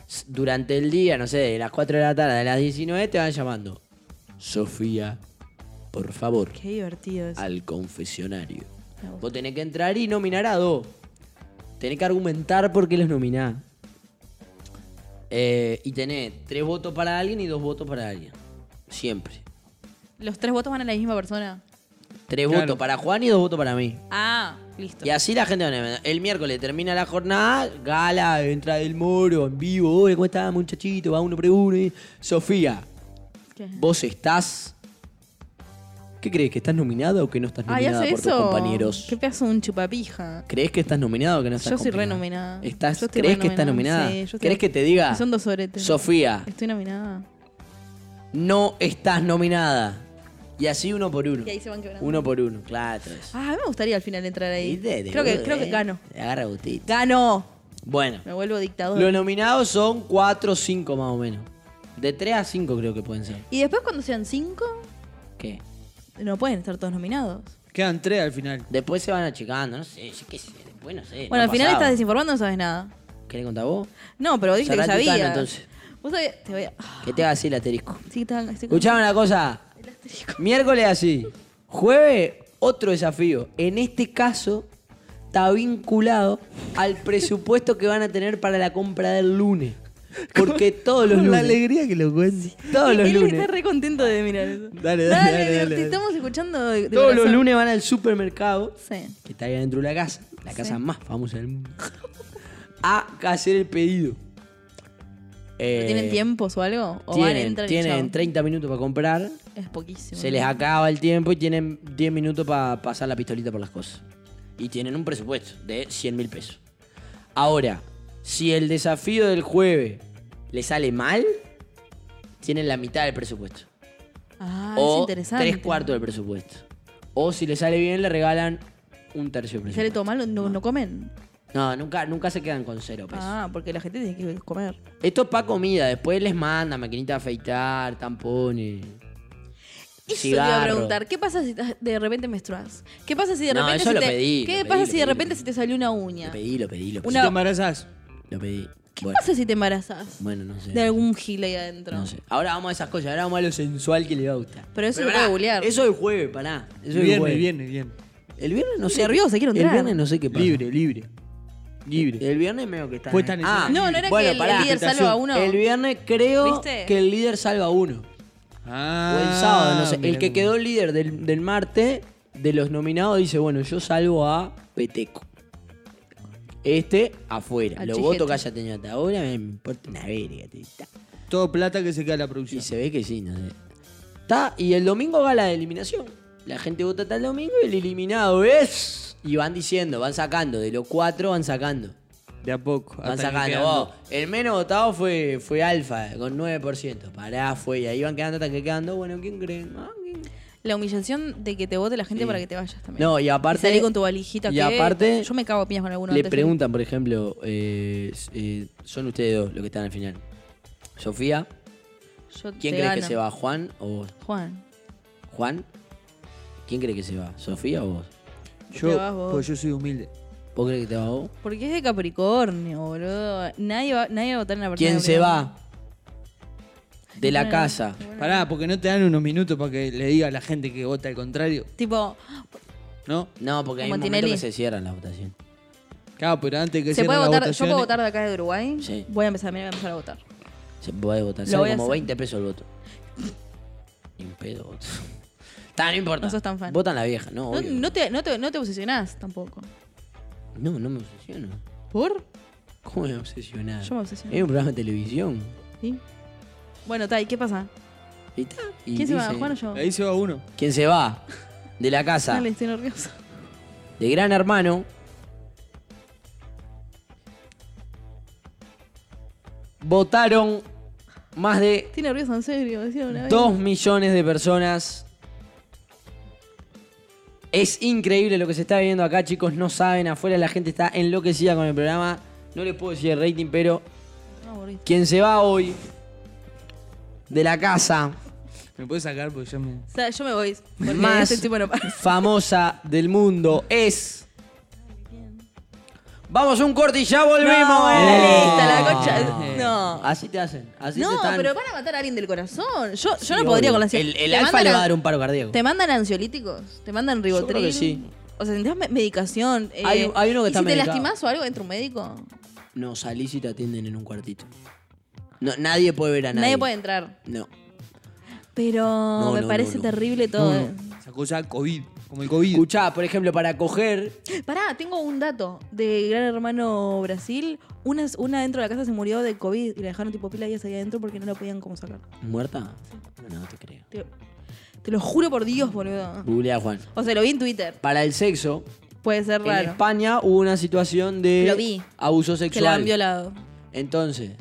S3: s- durante el día, no sé, de las 4 de la tarde a las 19 te van llamando. Sofía, por favor.
S5: Qué divertido eso.
S3: al confesionario.
S5: Me gusta.
S3: Vos tenés que entrar y nominar a dos. Tenés que argumentar por qué los nominás. eh, y tenés tres votos para alguien y dos votos para alguien. Siempre.
S5: ¿Los tres votos van a la misma persona?
S3: Tres
S4: Claro.
S3: votos para Juan y dos votos para mí.
S5: Ah, listo.
S3: Y así la gente va a- El miércoles termina la jornada, gala, entra del moro, en vivo. Hola, ¿cómo estás, muchachito? Va uno por uno. y- Sofía,
S5: ¿Qué?
S3: vos estás. ¿Qué crees? ¿Que estás nominada o que no estás
S5: Ah, ¿y
S3: nominada
S5: hace
S3: por
S5: eso?
S3: tus compañeros?
S5: ¿Qué pedazo de un chupapija?
S3: ¿Crees que estás nominada o que no estás
S5: Yo soy re
S3: nominada?
S5: nominada.
S3: ¿Estás,
S5: Yo estoy
S3: ¿Crees
S5: re
S3: que estás nominada?
S5: Sí, yo estoy-
S3: ¿Crees que te diga?
S5: Son dos soretes.
S3: Sofía,
S5: Estoy nominada.
S3: no estás nominada. Y así uno por uno.
S5: Y ahí se van quebrando.
S3: Uno por uno, claro. eso.
S5: Ah, a mí me gustaría al final entrar ahí.
S3: ¿Viste? Te
S5: Creo que,
S3: boludo,
S5: creo que
S3: eh.
S5: gano.
S3: Te Agarra gustito.
S5: ¡Gano!
S3: Bueno,
S5: Me vuelvo dictador.
S3: los nominados son 4 o 5 más o menos. De 3 a 5 creo que pueden ser.
S5: Y después cuando sean cinco,
S3: ¿Qué?
S5: no pueden estar todos nominados.
S4: Quedan tres al final.
S3: Después se van achicando, no sé, yo qué sé, después no sé.
S5: Bueno, al final estás
S3: diciendo.
S5: desinformando, no sabes nada.
S3: ¿Querés contar vos?
S5: No, pero dijiste que
S3: Cerrá tu
S5: sabías.
S3: tano, entonces.
S5: Vos sabías. Te voy a. Ah,
S3: Que te haga así el asterisco.
S5: Sí, te hagan- estoy con-
S3: Escuchame una cosa. Miércoles así. Jueves, otro desafío. En este caso, está vinculado al presupuesto que van a tener para la compra del lunes. Porque todos los
S4: Con la
S3: lunes.
S4: alegría que lo cuentes.
S3: Todos los
S5: Él está
S3: lunes.
S5: re contento de mirar eso.
S4: Dale, dale, dale,
S5: Diego,
S4: dale,
S5: te
S4: dale.
S5: estamos escuchando. de- de
S3: Todos los
S5: corazón.
S3: lunes van al supermercado,
S5: Sí.
S3: que está ahí adentro de la casa, la casa más famosa del mundo, a hacer el pedido. Eh,
S5: ¿Tienen tiempos o algo? ¿O van a
S3: Tienen,
S5: entrar y
S3: tienen
S5: chao?
S3: 30 minutos para comprar.
S5: Es poquísimo.
S3: Se les acaba el tiempo y tienen 10 minutos para pasar la pistolita por las cosas. Y tienen un presupuesto de 100 mil pesos. Ahora, si el desafío del jueves le sale mal, tienen la mitad del presupuesto.
S5: Ah, es
S3: o
S5: interesante.
S3: tres cuartos del presupuesto. O si le sale bien, le regalan un tercio del
S5: Si sale
S3: presupuesto.
S5: todo mal, no, no comen.
S3: No, nunca, nunca se quedan con cero pesos.
S5: Ah, porque la gente tiene que comer.
S3: Esto es para comida. Después les manda maquinita de afeitar, tampones.
S5: Eso te iba a
S3: cigarro.
S5: preguntar. ¿Qué pasa si estás- de repente menstruas? ¿Qué pasa si de
S3: No,
S5: repente
S3: eso
S5: se
S3: lo
S5: te,
S3: pedí,
S5: ¿Qué
S3: lo
S5: pasa
S3: pedí,
S5: si
S3: lo
S5: de
S3: pedí,
S5: repente
S3: lo
S5: se te salió una uña?
S3: Lo pedí, lo pedí, lo pedí.
S4: Si
S5: Una-
S4: te embarazás.
S3: Lo pedí.
S5: ¿Qué
S3: Bueno.
S5: pasa si te embarazas?
S3: Bueno, no sé.
S5: De algún gil ahí adentro.
S3: No sé. Ahora vamos a esas cosas, ahora vamos a lo sensual que le va a gustar.
S5: Pero eso lo
S3: pará,
S5: puedo googlear.
S3: Eso es el jueves, pará. Eso es el
S4: Viernes,
S3: jueves.
S4: viernes, viernes.
S3: El viernes no
S5: Estoy
S3: sé.
S5: nerviosa, quiero
S3: El
S5: entrar.
S3: viernes no sé qué pasa.
S4: Libre, libre. Libre.
S3: El viernes medio que está.
S4: Fue tan
S3: Ah,
S5: No, no era
S3: bueno,
S5: que el,
S3: pará.
S5: líder salva a uno.
S3: El viernes creo
S5: ¿Viste?
S3: que el líder salva a uno.
S4: Ah,
S3: o el sábado, no sé. El
S4: mira
S3: que
S4: cómo-
S3: quedó líder del, del martes, de los nominados, dice, bueno, yo salvo a Peteco. Este afuera.
S5: Al
S3: Los
S5: Chijete.
S3: votos que haya tenido hasta ahora me importa una verga. te- ta.
S4: Todo plata que se queda en la producción.
S3: Y se ve que sí, no sé. Está, y el domingo va la eliminación. La gente vota hasta el domingo y el eliminado es. Y van diciendo, van sacando, de los cuatro van sacando.
S4: De a poco.
S3: Van
S4: hasta que
S3: sacando.
S4: quedan
S3: vos, el menos votado fue, fue Alfa, con 9%. Pará, fue. Y ahí van quedando hasta que quedando. Bueno, ¿quién creen? Ah, ¿quién?
S5: La humillación de que te vote la gente
S3: Sí.
S5: para que te vayas también.
S3: No, y
S5: Y
S3: aparte.
S5: salí con tu valijita.
S3: y
S5: que-
S3: aparte-
S5: Yo me cago a piñas con alguno.
S3: Le
S5: antes de-
S3: preguntan, por ejemplo, eh, s- eh, son ustedes dos los que están al final. Sofía,
S5: Yo te
S3: ¿quién cree que
S5: gano.
S3: se va? ¿Juan o vos?
S5: Juan.
S3: ¿Juan? ¿Quién cree que se va? ¿Sofía o vos?
S4: Yo,
S5: Te vas vos.
S4: pues yo soy humilde.
S3: ¿Vos crees que te va vos?
S5: Porque es de Capricornio, boludo. Nadie va, nadie va a votar en la persona.
S3: ¿Quién
S5: de
S3: se
S5: Capricornio.
S3: va? De la casa.
S4: Pará, porque no te dan unos minutos para que le diga a la gente que vota al contrario,
S5: Tipo,
S4: ¿no?
S3: No, porque hay
S5: Como
S3: un momento que
S5: Tinelli.
S3: se cierran las votaciones.
S4: Claro, pero antes que
S5: ¿se puede
S4: cierren
S5: votar? Yo
S4: las
S5: puedo
S4: votaciones-
S5: votar de acá de Uruguay.
S3: Sí.
S5: Voy a empezar, mira, voy a empezar a votar.
S3: Se puede votar.
S5: Lo
S3: Sale
S5: voy a
S3: como
S5: hacer.
S3: 20 pesos el voto. Ni un pedo voto. Está, no importa.
S5: No sos tan fan.
S3: Votan la vieja, no.
S5: No,
S3: obvio.
S5: no te, no, te, no te obsesionás tampoco.
S3: No, no me obsesiono.
S5: ¿Por?
S3: ¿Cómo me obsesionar?
S5: Yo me obsesiono.
S3: Es un programa de televisión.
S5: ¿Sí? Bueno, Tai, ¿qué pasa?
S3: Y está. Y
S5: ¿Quién se va?
S3: dice,
S5: ¿Juan o yo?
S4: Ahí se va uno.
S3: ¿Quién se va? De la casa.
S5: Dale, estoy nerviosa.
S3: De gran hermano. Votaron más de
S5: Estoy nerviosa, en serio. decilo una vez.
S3: 2 millones de personas. Es increíble lo que se está viendo acá, chicos. No saben, afuera la gente está enloquecida con el programa. No les puedo decir el rating, pero
S5: No, aburrido.
S3: quien se va hoy de la casa
S4: Me puedes sacar porque yo me.
S5: O sea, yo me voy. Porque
S3: más
S5: este tipo no para.
S3: famosa del mundo es. Vamos a un corte y ya volvimos. eh. Ah.
S5: No, la lista, la concha. No.
S3: Así te hacen. Así te
S5: No,
S3: están-
S5: pero van a matar a alguien del corazón. Yo, yo
S3: Sí,
S5: no
S3: obvio.
S5: podría con la ansiedad.
S3: El, el
S5: Te
S3: alfa
S5: mandan
S3: le va
S5: a-
S3: a dar un paro cardíaco.
S5: ¿Te mandan ansiolíticos? ¿Te mandan ribotril?
S3: creo que sí.
S5: O sea, ¿necesitas me- medicación? Eh,
S3: Hay- hay uno que
S5: ¿y
S3: está
S5: si te
S3: medicado.
S5: lastimás o algo, entra un médico?
S3: No, salís y te atienden en un cuartito. No, nadie puede ver a nadie.
S5: Nadie puede entrar.
S3: No.
S5: Pero me
S3: no,
S5: parece
S3: no.
S5: terrible todo.
S4: No, no, Sacó ya el COVID, como el COVID.
S3: Escuchá, por ejemplo, para coger.
S5: Pará, tengo un dato de Gran Hermano Brasil. Una, una dentro de la casa se murió de COVID y la dejaron tipo pila y ahí adentro porque no la podían como sacar.
S3: ¿Muerta? No, no te creo.
S5: Te, te lo juro por Dios, boludo.
S3: Googlea, Juan.
S5: O sea, lo vi en Twitter.
S3: Para el sexo,
S5: Puede ser
S3: en
S5: raro.
S3: España hubo una situación de
S5: Lo vi.
S3: abuso
S5: Que la
S3: sexual.
S5: han violado.
S3: Entonces,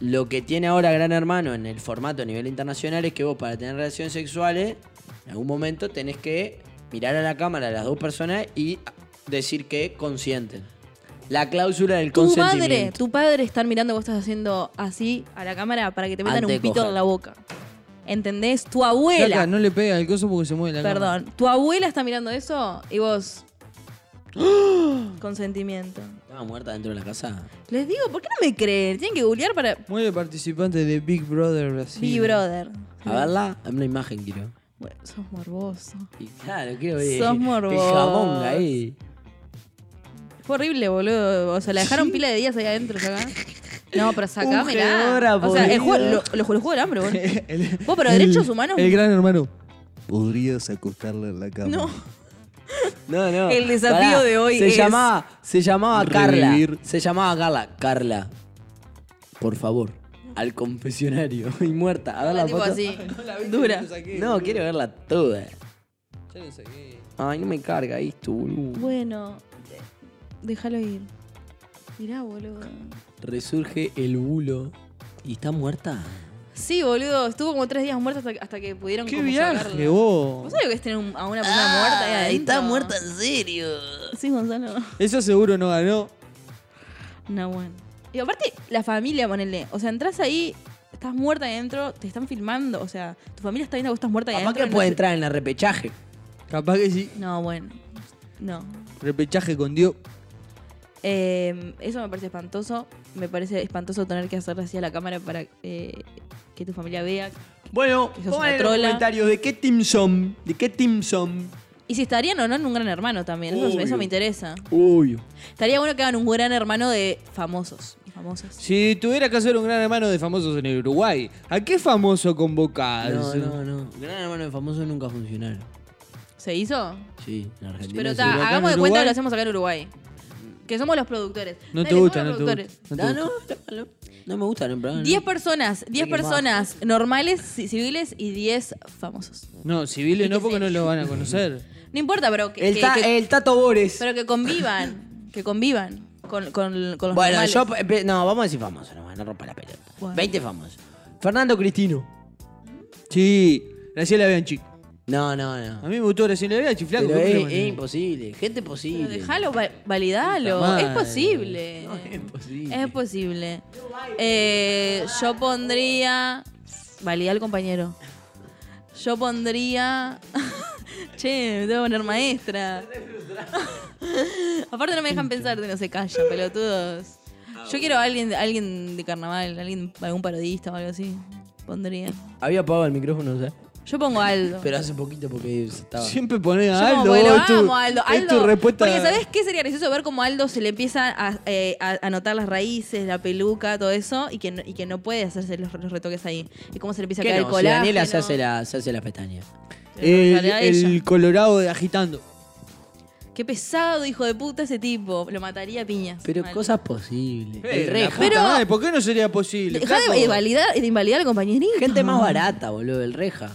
S3: lo que tiene ahora Gran Hermano en el formato a nivel internacional es que vos para tener relaciones sexuales, en algún momento tenés que mirar a la cámara a las dos personas y decir que consienten. La cláusula del
S5: Tu madre,
S3: consentimiento.
S5: tu padre están mirando que estás haciendo así a la cámara para que te metan
S3: Antes de
S5: un pito
S3: coger.
S5: en la boca. ¿Entendés? Tu
S4: Flaca,
S5: abuela.
S4: no le pega el coso porque se mueve la cama.
S5: Perdón. Tu abuela está mirando eso y vos. Consentimiento.
S3: Estaba muerta dentro de la casa.
S5: Les digo, ¿por qué no me creen? Tienen que googlear para.
S4: Muere participante de Big Brother Brasil.
S5: Big Brother.
S3: A verla, dame una imagen, quiero.
S5: Bueno, sos morboso.
S3: Y claro, quiero ver.
S5: Sos
S3: el
S5: morboso.
S3: jamón ahí.
S5: Fue horrible, boludo. O sea, la dejaron pila de días ahí adentro, acá. No,
S3: Cogedora,
S5: pero sacámela. O sea, el
S3: boludo.
S5: juego, lo, lo- lo juego del hambre, boludo. Vos, pero derechos humanos.
S4: El gran hermano.
S7: Podrías acostarla en la cama.
S5: No.
S3: No, no.
S5: El desafío de hoy
S3: se
S5: es-
S3: Llamaba, se llamaba Carla.
S7: Revivir.
S3: Se llamaba Carla. Carla, por favor, al confesionario. Y muerta. A ver la
S5: tipo
S3: foto.
S5: así. Dura.
S3: No, quiero verla toda. Ay, no me carga esto, boludo.
S5: Bueno, de- déjalo ir. Mirá, boludo.
S3: Resurge el bulo. ¿Y está muerta?
S5: Sí, boludo. Estuvo como tres días muerto hasta, hasta que pudieron
S4: ¡Qué
S5: como
S4: viaje,
S5: sacarla.
S4: vos!
S5: ¿Vos sabés lo que es tener un- a una persona muerta ahí adentro?
S3: en serio.
S5: Sí, Gonzalo.
S4: Eso seguro no ganó.
S5: No, bueno. Y aparte, la familia, ponele. O sea, entras ahí, estás muerta ahí adentro, te están filmando. O sea, tu familia está viendo que estás muerta ahí
S3: Capaz
S5: adentro.
S3: que
S5: no
S3: puede
S5: sé-
S3: entrar en el repechaje.
S4: Capaz que sí.
S5: No, bueno. No.
S4: Repechaje con Dios.
S5: Eh, eso me parece espantoso. Me parece espantoso tener que hacer así a la cámara para eh, que tu familia vea.
S3: Bueno,
S5: Eso es una
S3: pongan en los
S5: trola.
S3: comentarios de qué team son. ¿De qué team son?
S5: Y si estarían o no en un gran hermano también. Eso, eso me interesa.
S3: Uy.
S5: Estaría bueno que hagan un gran hermano de famosos y famosas.
S4: Si tuviera que hacer un gran hermano de famosos en el Uruguay, ¿a qué famoso convocás?
S3: No, no, no. Gran hermano de famosos nunca funcionaron.
S5: ¿Se hizo?
S3: Sí, en Argentina.
S5: Pero
S3: sí.
S5: ta,
S4: acá
S5: hagamos
S4: en
S5: de cuenta
S4: Uruguay-
S5: que lo hacemos acá en Uruguay. Que somos los productores.
S4: No
S5: Dale,
S4: te
S5: somos
S4: gusta,
S5: los
S4: no te gusta.
S5: productores.
S4: No te
S3: Ah,
S4: gusta.
S3: no, no, no. No me gusta nombrar.
S5: 10 personas, 10
S3: quemado.
S5: personas normales, ci- civiles y 10 famosos.
S4: No, civiles no porque no lo van a conocer.
S5: No importa, pero que,
S3: El,
S5: que-
S3: ta-
S5: que-
S3: el Tato Bores.
S5: pero que convivan, que convivan con, con- con los
S3: bueno,
S5: normales.
S3: yo. eh, pe- No, vamos a decir famosos nomás, no rompa la pelota.
S5: Bueno.
S3: 20 famosos. Fernando Cristino.
S4: Sí, Graciela Bianchi.
S3: No, no, no.
S5: Ah,
S4: A mí me gustó Graciela Bianchi, flaco.
S3: Pero
S4: ¿por qué
S3: es,
S4: no me-
S3: es imposible. Gente posible.
S5: Pero dejalo, va- validalo.
S4: Puta
S5: Es
S4: madre.
S5: posible.
S3: No, es imposible.
S5: Es posible. Eh, yo pondría. Validá al compañero. Yo pondría. che, me tengo que poner maestra. Aparte no me dejan pensar, no se callan, pelotudos. Yo quiero a alguien, alguien de carnaval, alguien, algún parodista o algo así. Pondría.
S3: Había apagado el micrófono, ¿sabes?
S5: Yo pongo a Aldo.
S3: Pero hace poquito porque se estaba.
S4: Siempre ponés
S5: Yo
S4: a
S5: como,
S4: Aldo.
S5: bueno,
S4: vos, es tu-
S5: vamos, Aldo.
S4: Es tu
S5: Aldo,
S4: respuesta.
S5: Porque ¿sabés qué sería gracioso ver cómo Aldo se le empieza a, eh, a- a notar las raíces, la peluca, todo eso, y que no, y que no puede hacerse los, los retoques ahí? Y cómo se le empieza a
S3: ¿Qué
S5: caer
S3: no?
S5: el
S3: Si
S5: colágeno.
S3: Daniela se hace, la, se hace la pestaña.
S4: El,
S5: a ella.
S4: el colorado de agitando.
S5: Qué pesado, hijo de puta, ese tipo. Lo mataría a piñas.
S3: Pero
S5: Mal.
S3: cosas posibles.
S4: Eh,
S3: el
S4: la
S3: reja.
S4: puta madre, ¿Por qué no sería posible?
S5: Dejá
S4: flaco?
S5: de invalidar, de invalidar al compañerito.
S3: Gente más barata, boludo, el reja.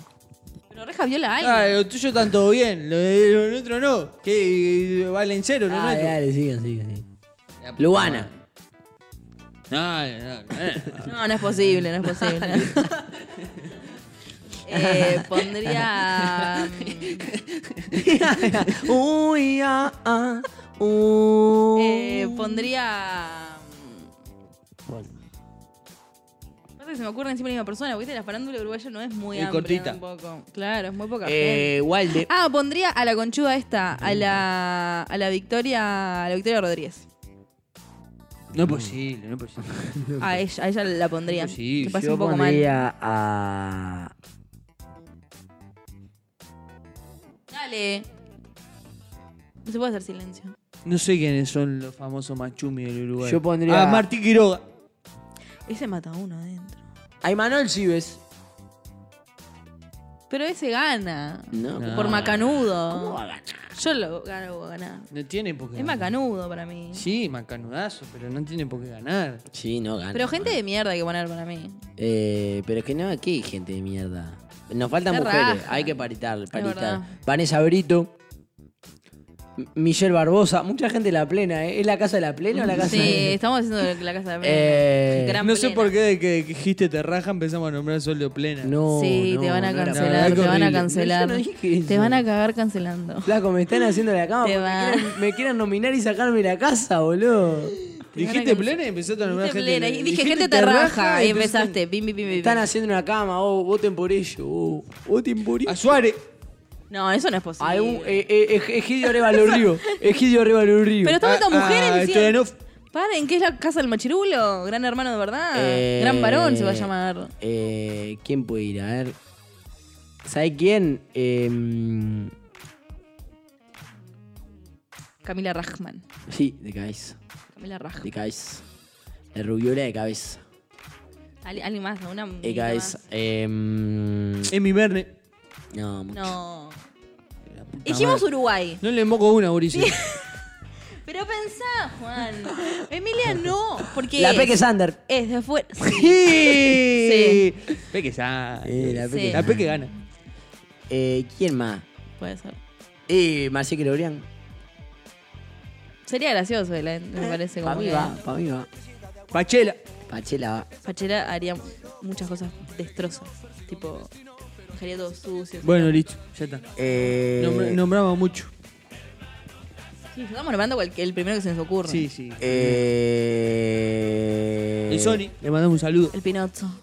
S5: Pero Reja viola a Aldo.
S4: Ah, lo tuyo está todo bien, lo de- lo nuestro no. Que eh, valen cero, lo
S3: Ah,
S4: nuestro.
S3: dale, sigan, sigan, sigan.
S5: pues,
S3: Luana.
S4: No, no, no.
S5: No, no es posible, no es posible. Eh, pondría. mm,
S3: Uy, ah, ah, uy.
S5: Eh, pondría. mm, Aparte que se me ocurre encima la misma persona, porque ¿viste? la farándula uruguaya no es muy
S4: Muy
S5: amplia
S4: cortita.
S5: tampoco. Claro, es muy poca
S3: Eh, Walde.
S5: gente. Ah, pondría a la conchuda esta, a la, a la Victoria, a la Victoria Rodríguez.
S4: No es posible, no es posible.
S5: A ella, a ella la pondría.
S4: Sí,
S5: Me parece
S3: Yo
S5: un poco mal.
S3: pondría a.
S5: Dale. No se puede hacer silencio.
S4: No sé quiénes son los famosos machumi del Uruguay. Ah,
S3: Yo pondría-
S4: A Martín Quiroga.
S5: Ese mata uno adentro.
S3: A Imanol Chives.
S5: Pero ese gana.
S3: No,
S4: No.
S5: Por macanudo.
S3: ¿cómo va a ganar?
S5: Yo lo gano, voy a ganar.
S4: No tiene por qué
S5: Es
S4: ganar.
S5: macanudo para mí.
S4: Sí, macanudazo, pero no tiene por qué ganar.
S3: Sí, no gana.
S5: Pero gente de mierda hay que poner para mí.
S3: Eh, pero es que no, aquí hay gente de mierda. Nos faltan
S5: Se
S3: mujeres,
S5: raja.
S3: hay que paritar, paritar.
S5: verdad.
S3: Vanessa Brito. M- Michelle Barbosa, mucha gente de la plena, ¿eh? ¿Es la casa de la plena o la casa
S5: Sí,
S3: de
S5: estamos haciendo la casa de
S3: Eh,
S5: Gran
S4: no sé
S5: plena.
S4: por qué de que que dijiste te raja empezamos a nombrar sol de plena.
S3: No,
S5: sí,
S3: no,
S5: te van a
S3: no era
S5: cancelar,
S4: verdad.
S5: te van a
S4: Horrible.
S5: cancelar.
S3: No, yo no dije
S5: te
S3: eso.
S5: van a cagar cancelando.
S3: Flaco, me están haciendo la cama
S5: Te
S3: porque
S5: va.
S3: quieren- me quieren nominar y sacarme la casa, boludo.
S4: Dijiste plena y empezaste a nombrar
S5: Dijiste
S4: gente.
S5: plena, y dije
S4: dijiste
S5: gente te raja y
S4: empezaste-
S5: empezaste. Bim, bim, bim, bim,
S3: Están
S5: bim.
S3: haciendo una cama, oh, voten por ello. oh, voten por ello.
S4: A Suárez.
S5: No, eso no es posible.
S3: Hay un- eh, eh, Ej- Egidio Arevalo Río. Egidio Arevalo Río.
S5: Pero están metiendo
S4: Ah, ah,
S5: mujeres
S4: esto
S5: diciendo.
S4: de
S5: Paren, ¿qué es la casa del machirulo? Gran hermano de verdad.
S3: Eh,
S5: Gran varón se va a llamar.
S3: eh, ¿Quién puede ir? A ver. ¿Sabe quién? Em,
S5: Camila Rajman.
S3: sí, de cabeza.
S5: Camila Rajman.
S3: De cabeza. El rubiola de cabeza.
S5: Al- alguien más, ¿no? Una
S3: De
S5: muñeca
S3: cabeza.
S5: más.
S3: Em,
S4: Emi Verne.
S3: no, mucho.
S5: No. Dijimos Uruguay.
S4: No le moco una, Mauricio.
S5: Pero pensá, Juan. Emilia no, porque
S3: La
S5: es-
S3: Peque Sander.
S5: es de afuera.
S4: Sí. Peque ya.
S3: Eh, la Peque.
S5: Sí.
S4: La Peque gana.
S3: Eh, ¿Quién más?
S5: Puede ser.
S3: Eh, Marcelo Gregorio.
S5: Sería gracioso, la- me parece.
S3: Para
S5: Como
S3: mí
S5: que
S3: va, para mí va.
S4: Pachela.
S3: Pachela va.
S5: Pachela haría muchas cosas destrozas. Tipo, dejaría todo sucio.
S4: Bueno, listo. Ya está.
S3: Eh,
S4: Nombr- nombraba mucho.
S5: Sí, estamos nombrando cualquier, el primero que se nos ocurra.
S4: Sí, sí.
S3: eh,
S4: El Sony. Le mandamos un saludo.
S5: El Pinocho.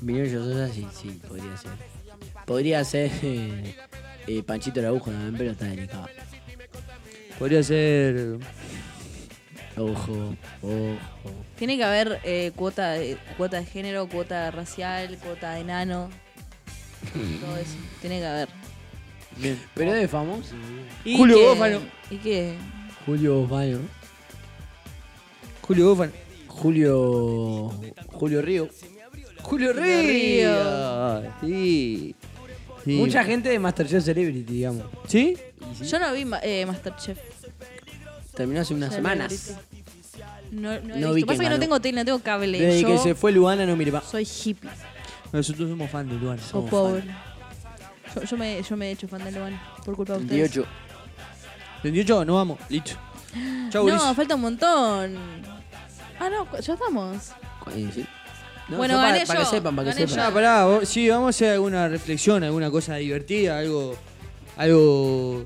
S3: Vinillo Sosa sí, sí, podría ser. Podría ser eh, eh, Panchito la aguja también, pero está delicado.
S4: Podría ser.
S3: Ojo, ojo.
S5: Tiene que haber eh, cuota, de, cuota de género, cuota racial, cuota de enano. Todo eso. Tiene que haber.
S3: Pero de famoso.
S5: ¿Y
S4: Julio
S5: qué?
S4: Gófalo.
S5: ¿Y qué?
S3: Julio Osvaldo.
S4: Julio Gófano.
S3: Julio. Julio Río.
S4: Julio Río. Sí. Sí.
S3: Mucha gente de Masterchef Celebrity, digamos.
S4: ¿Sí?
S5: Yo no vi ma- eh, Masterchef.
S3: Terminó hace unas semanas.
S5: No, no, he
S3: No
S5: visto.
S3: vi
S5: Pasa
S3: que
S5: que no
S3: ganó.
S5: tengo tele, no tengo cable.
S3: Desde
S5: Yo
S3: que se fue Luana no miraba.
S5: soy hippie
S4: Nosotros somos fan de Luana.
S5: o
S3: Somos
S5: pobre. Yo, yo me, yo me he hecho fan de Luan por culpa de ustedes.
S3: 28.
S4: 28, nos vamos. Listo. Chau,
S5: no,
S4: Ulises.
S5: falta un montón. Ah, no, cu- ya estamos.
S3: Eh, sí. No,
S5: Bueno,
S3: yo pa-
S5: gané
S3: para
S5: yo,
S3: que sepan, para
S5: gané
S3: que
S4: Ya,
S3: sepan.
S4: Ah, pará, vos- sí, vamos a hacer alguna reflexión, alguna cosa divertida, algo. Algo.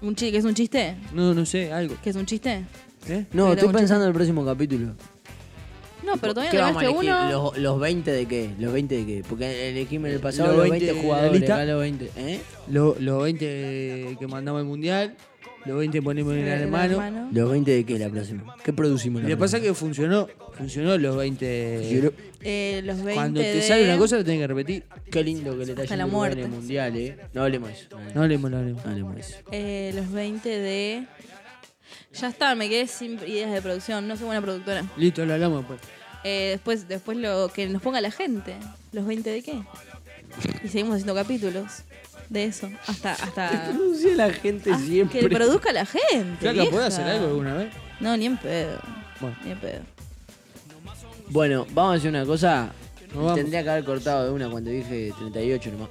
S5: Un chi- ¿Qué es un chiste?
S4: No, no sé, algo.
S5: ¿Qué es un chiste?
S4: ¿Eh?
S3: No,
S5: Pero
S3: estoy
S5: mucha-
S3: pensando en el próximo capítulo.
S5: No, pero todavía
S3: ¿Qué
S5: no
S3: vamos a
S5: ganaste
S3: elegir?
S5: uno.
S3: ¿Los, ¿Los 20 de qué? ¿Los 20 de qué? Porque elegimos en el pasado
S4: Los
S3: los 20,
S4: 20 de la
S3: jugadores.
S4: lista.
S3: acá los 20. ¿Eh?
S4: Lo- Los 20 que mandamos al mundial, los 20 ponemos en
S5: El
S4: el hermano.
S5: hermano.
S3: ¿Los 20 de qué la próxima? ¿Qué producimos?
S4: Lo
S3: la
S4: que pasa es
S3: próxima?
S4: que funcionó, funcionó los 20.
S5: Eh, los 20
S4: Cuando te
S5: de-
S4: sale una cosa, la tenés que repetir.
S3: Qué lindo que le está
S5: Hasta la
S3: yendo Uruguay en el
S5: muerte.
S3: mundial, ¿eh? No hablemos de eso. No hablemos,
S4: No hablemos, no hablemos.
S3: no hablemos de eso.
S5: Eh, los 20 de... Ya está, me quedé sin ideas de producción. No soy buena productora.
S4: Listo, lo hablamos después.
S5: Eh, después, después lo que nos ponga la gente. ¿Los 20 de qué? Y seguimos haciendo capítulos de eso. Hasta. hasta
S3: Produce la gente
S5: hasta
S3: siempre.
S5: Ah. que produzca la gente.
S4: Este Flaca,
S5: vieja.
S4: ¿podés hacer algo alguna vez?
S5: No, ni en pedo.
S4: Bueno.
S5: Ni en pedo.
S3: Bueno, vamos a hacer una cosa.
S4: Nos vamos.
S3: Tendría que haber cortado de una cuando dije 38 nomás.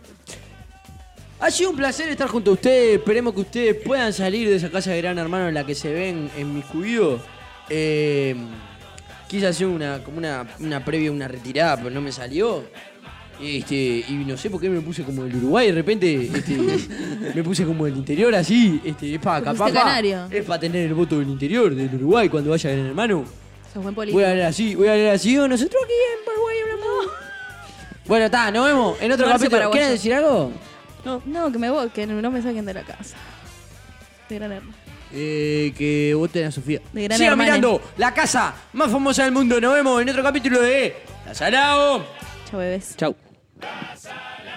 S3: Ha sido un placer estar junto a ustedes. Esperemos que ustedes puedan salir de esa casa de gran hermano en la que se ven en mis cubidos. Eh, quise hacer una, como una, una previa, una retirada, pero no me salió. Este, y no sé por qué me puse como el Uruguay de repente. Este, me puse como el interior así. Este, es para
S5: Te pusiste
S3: capaz. pa-
S5: canario.
S3: Es para tener el voto del interior del Uruguay cuando vaya gran hermano.
S5: Sos buen
S3: Voy
S5: político.
S3: a hablar así, voy a hablar así. oh, Nosotros aquí en Paraguay hablamos. Bueno, está, nos vemos en otro
S5: Marzo
S3: capítulo.
S5: paraguayo.
S3: ¿Quieres decir algo?
S5: No, que me voy, que no me saquen de la casa. De gran hermano.
S4: Eh, que voten a Sofía.
S5: De gran
S3: Sigan
S5: hermano.
S3: mirando la casa más famosa del mundo. Nos vemos en otro capítulo de La Salao.
S5: Chao, bebés.
S4: Chau.
S1: La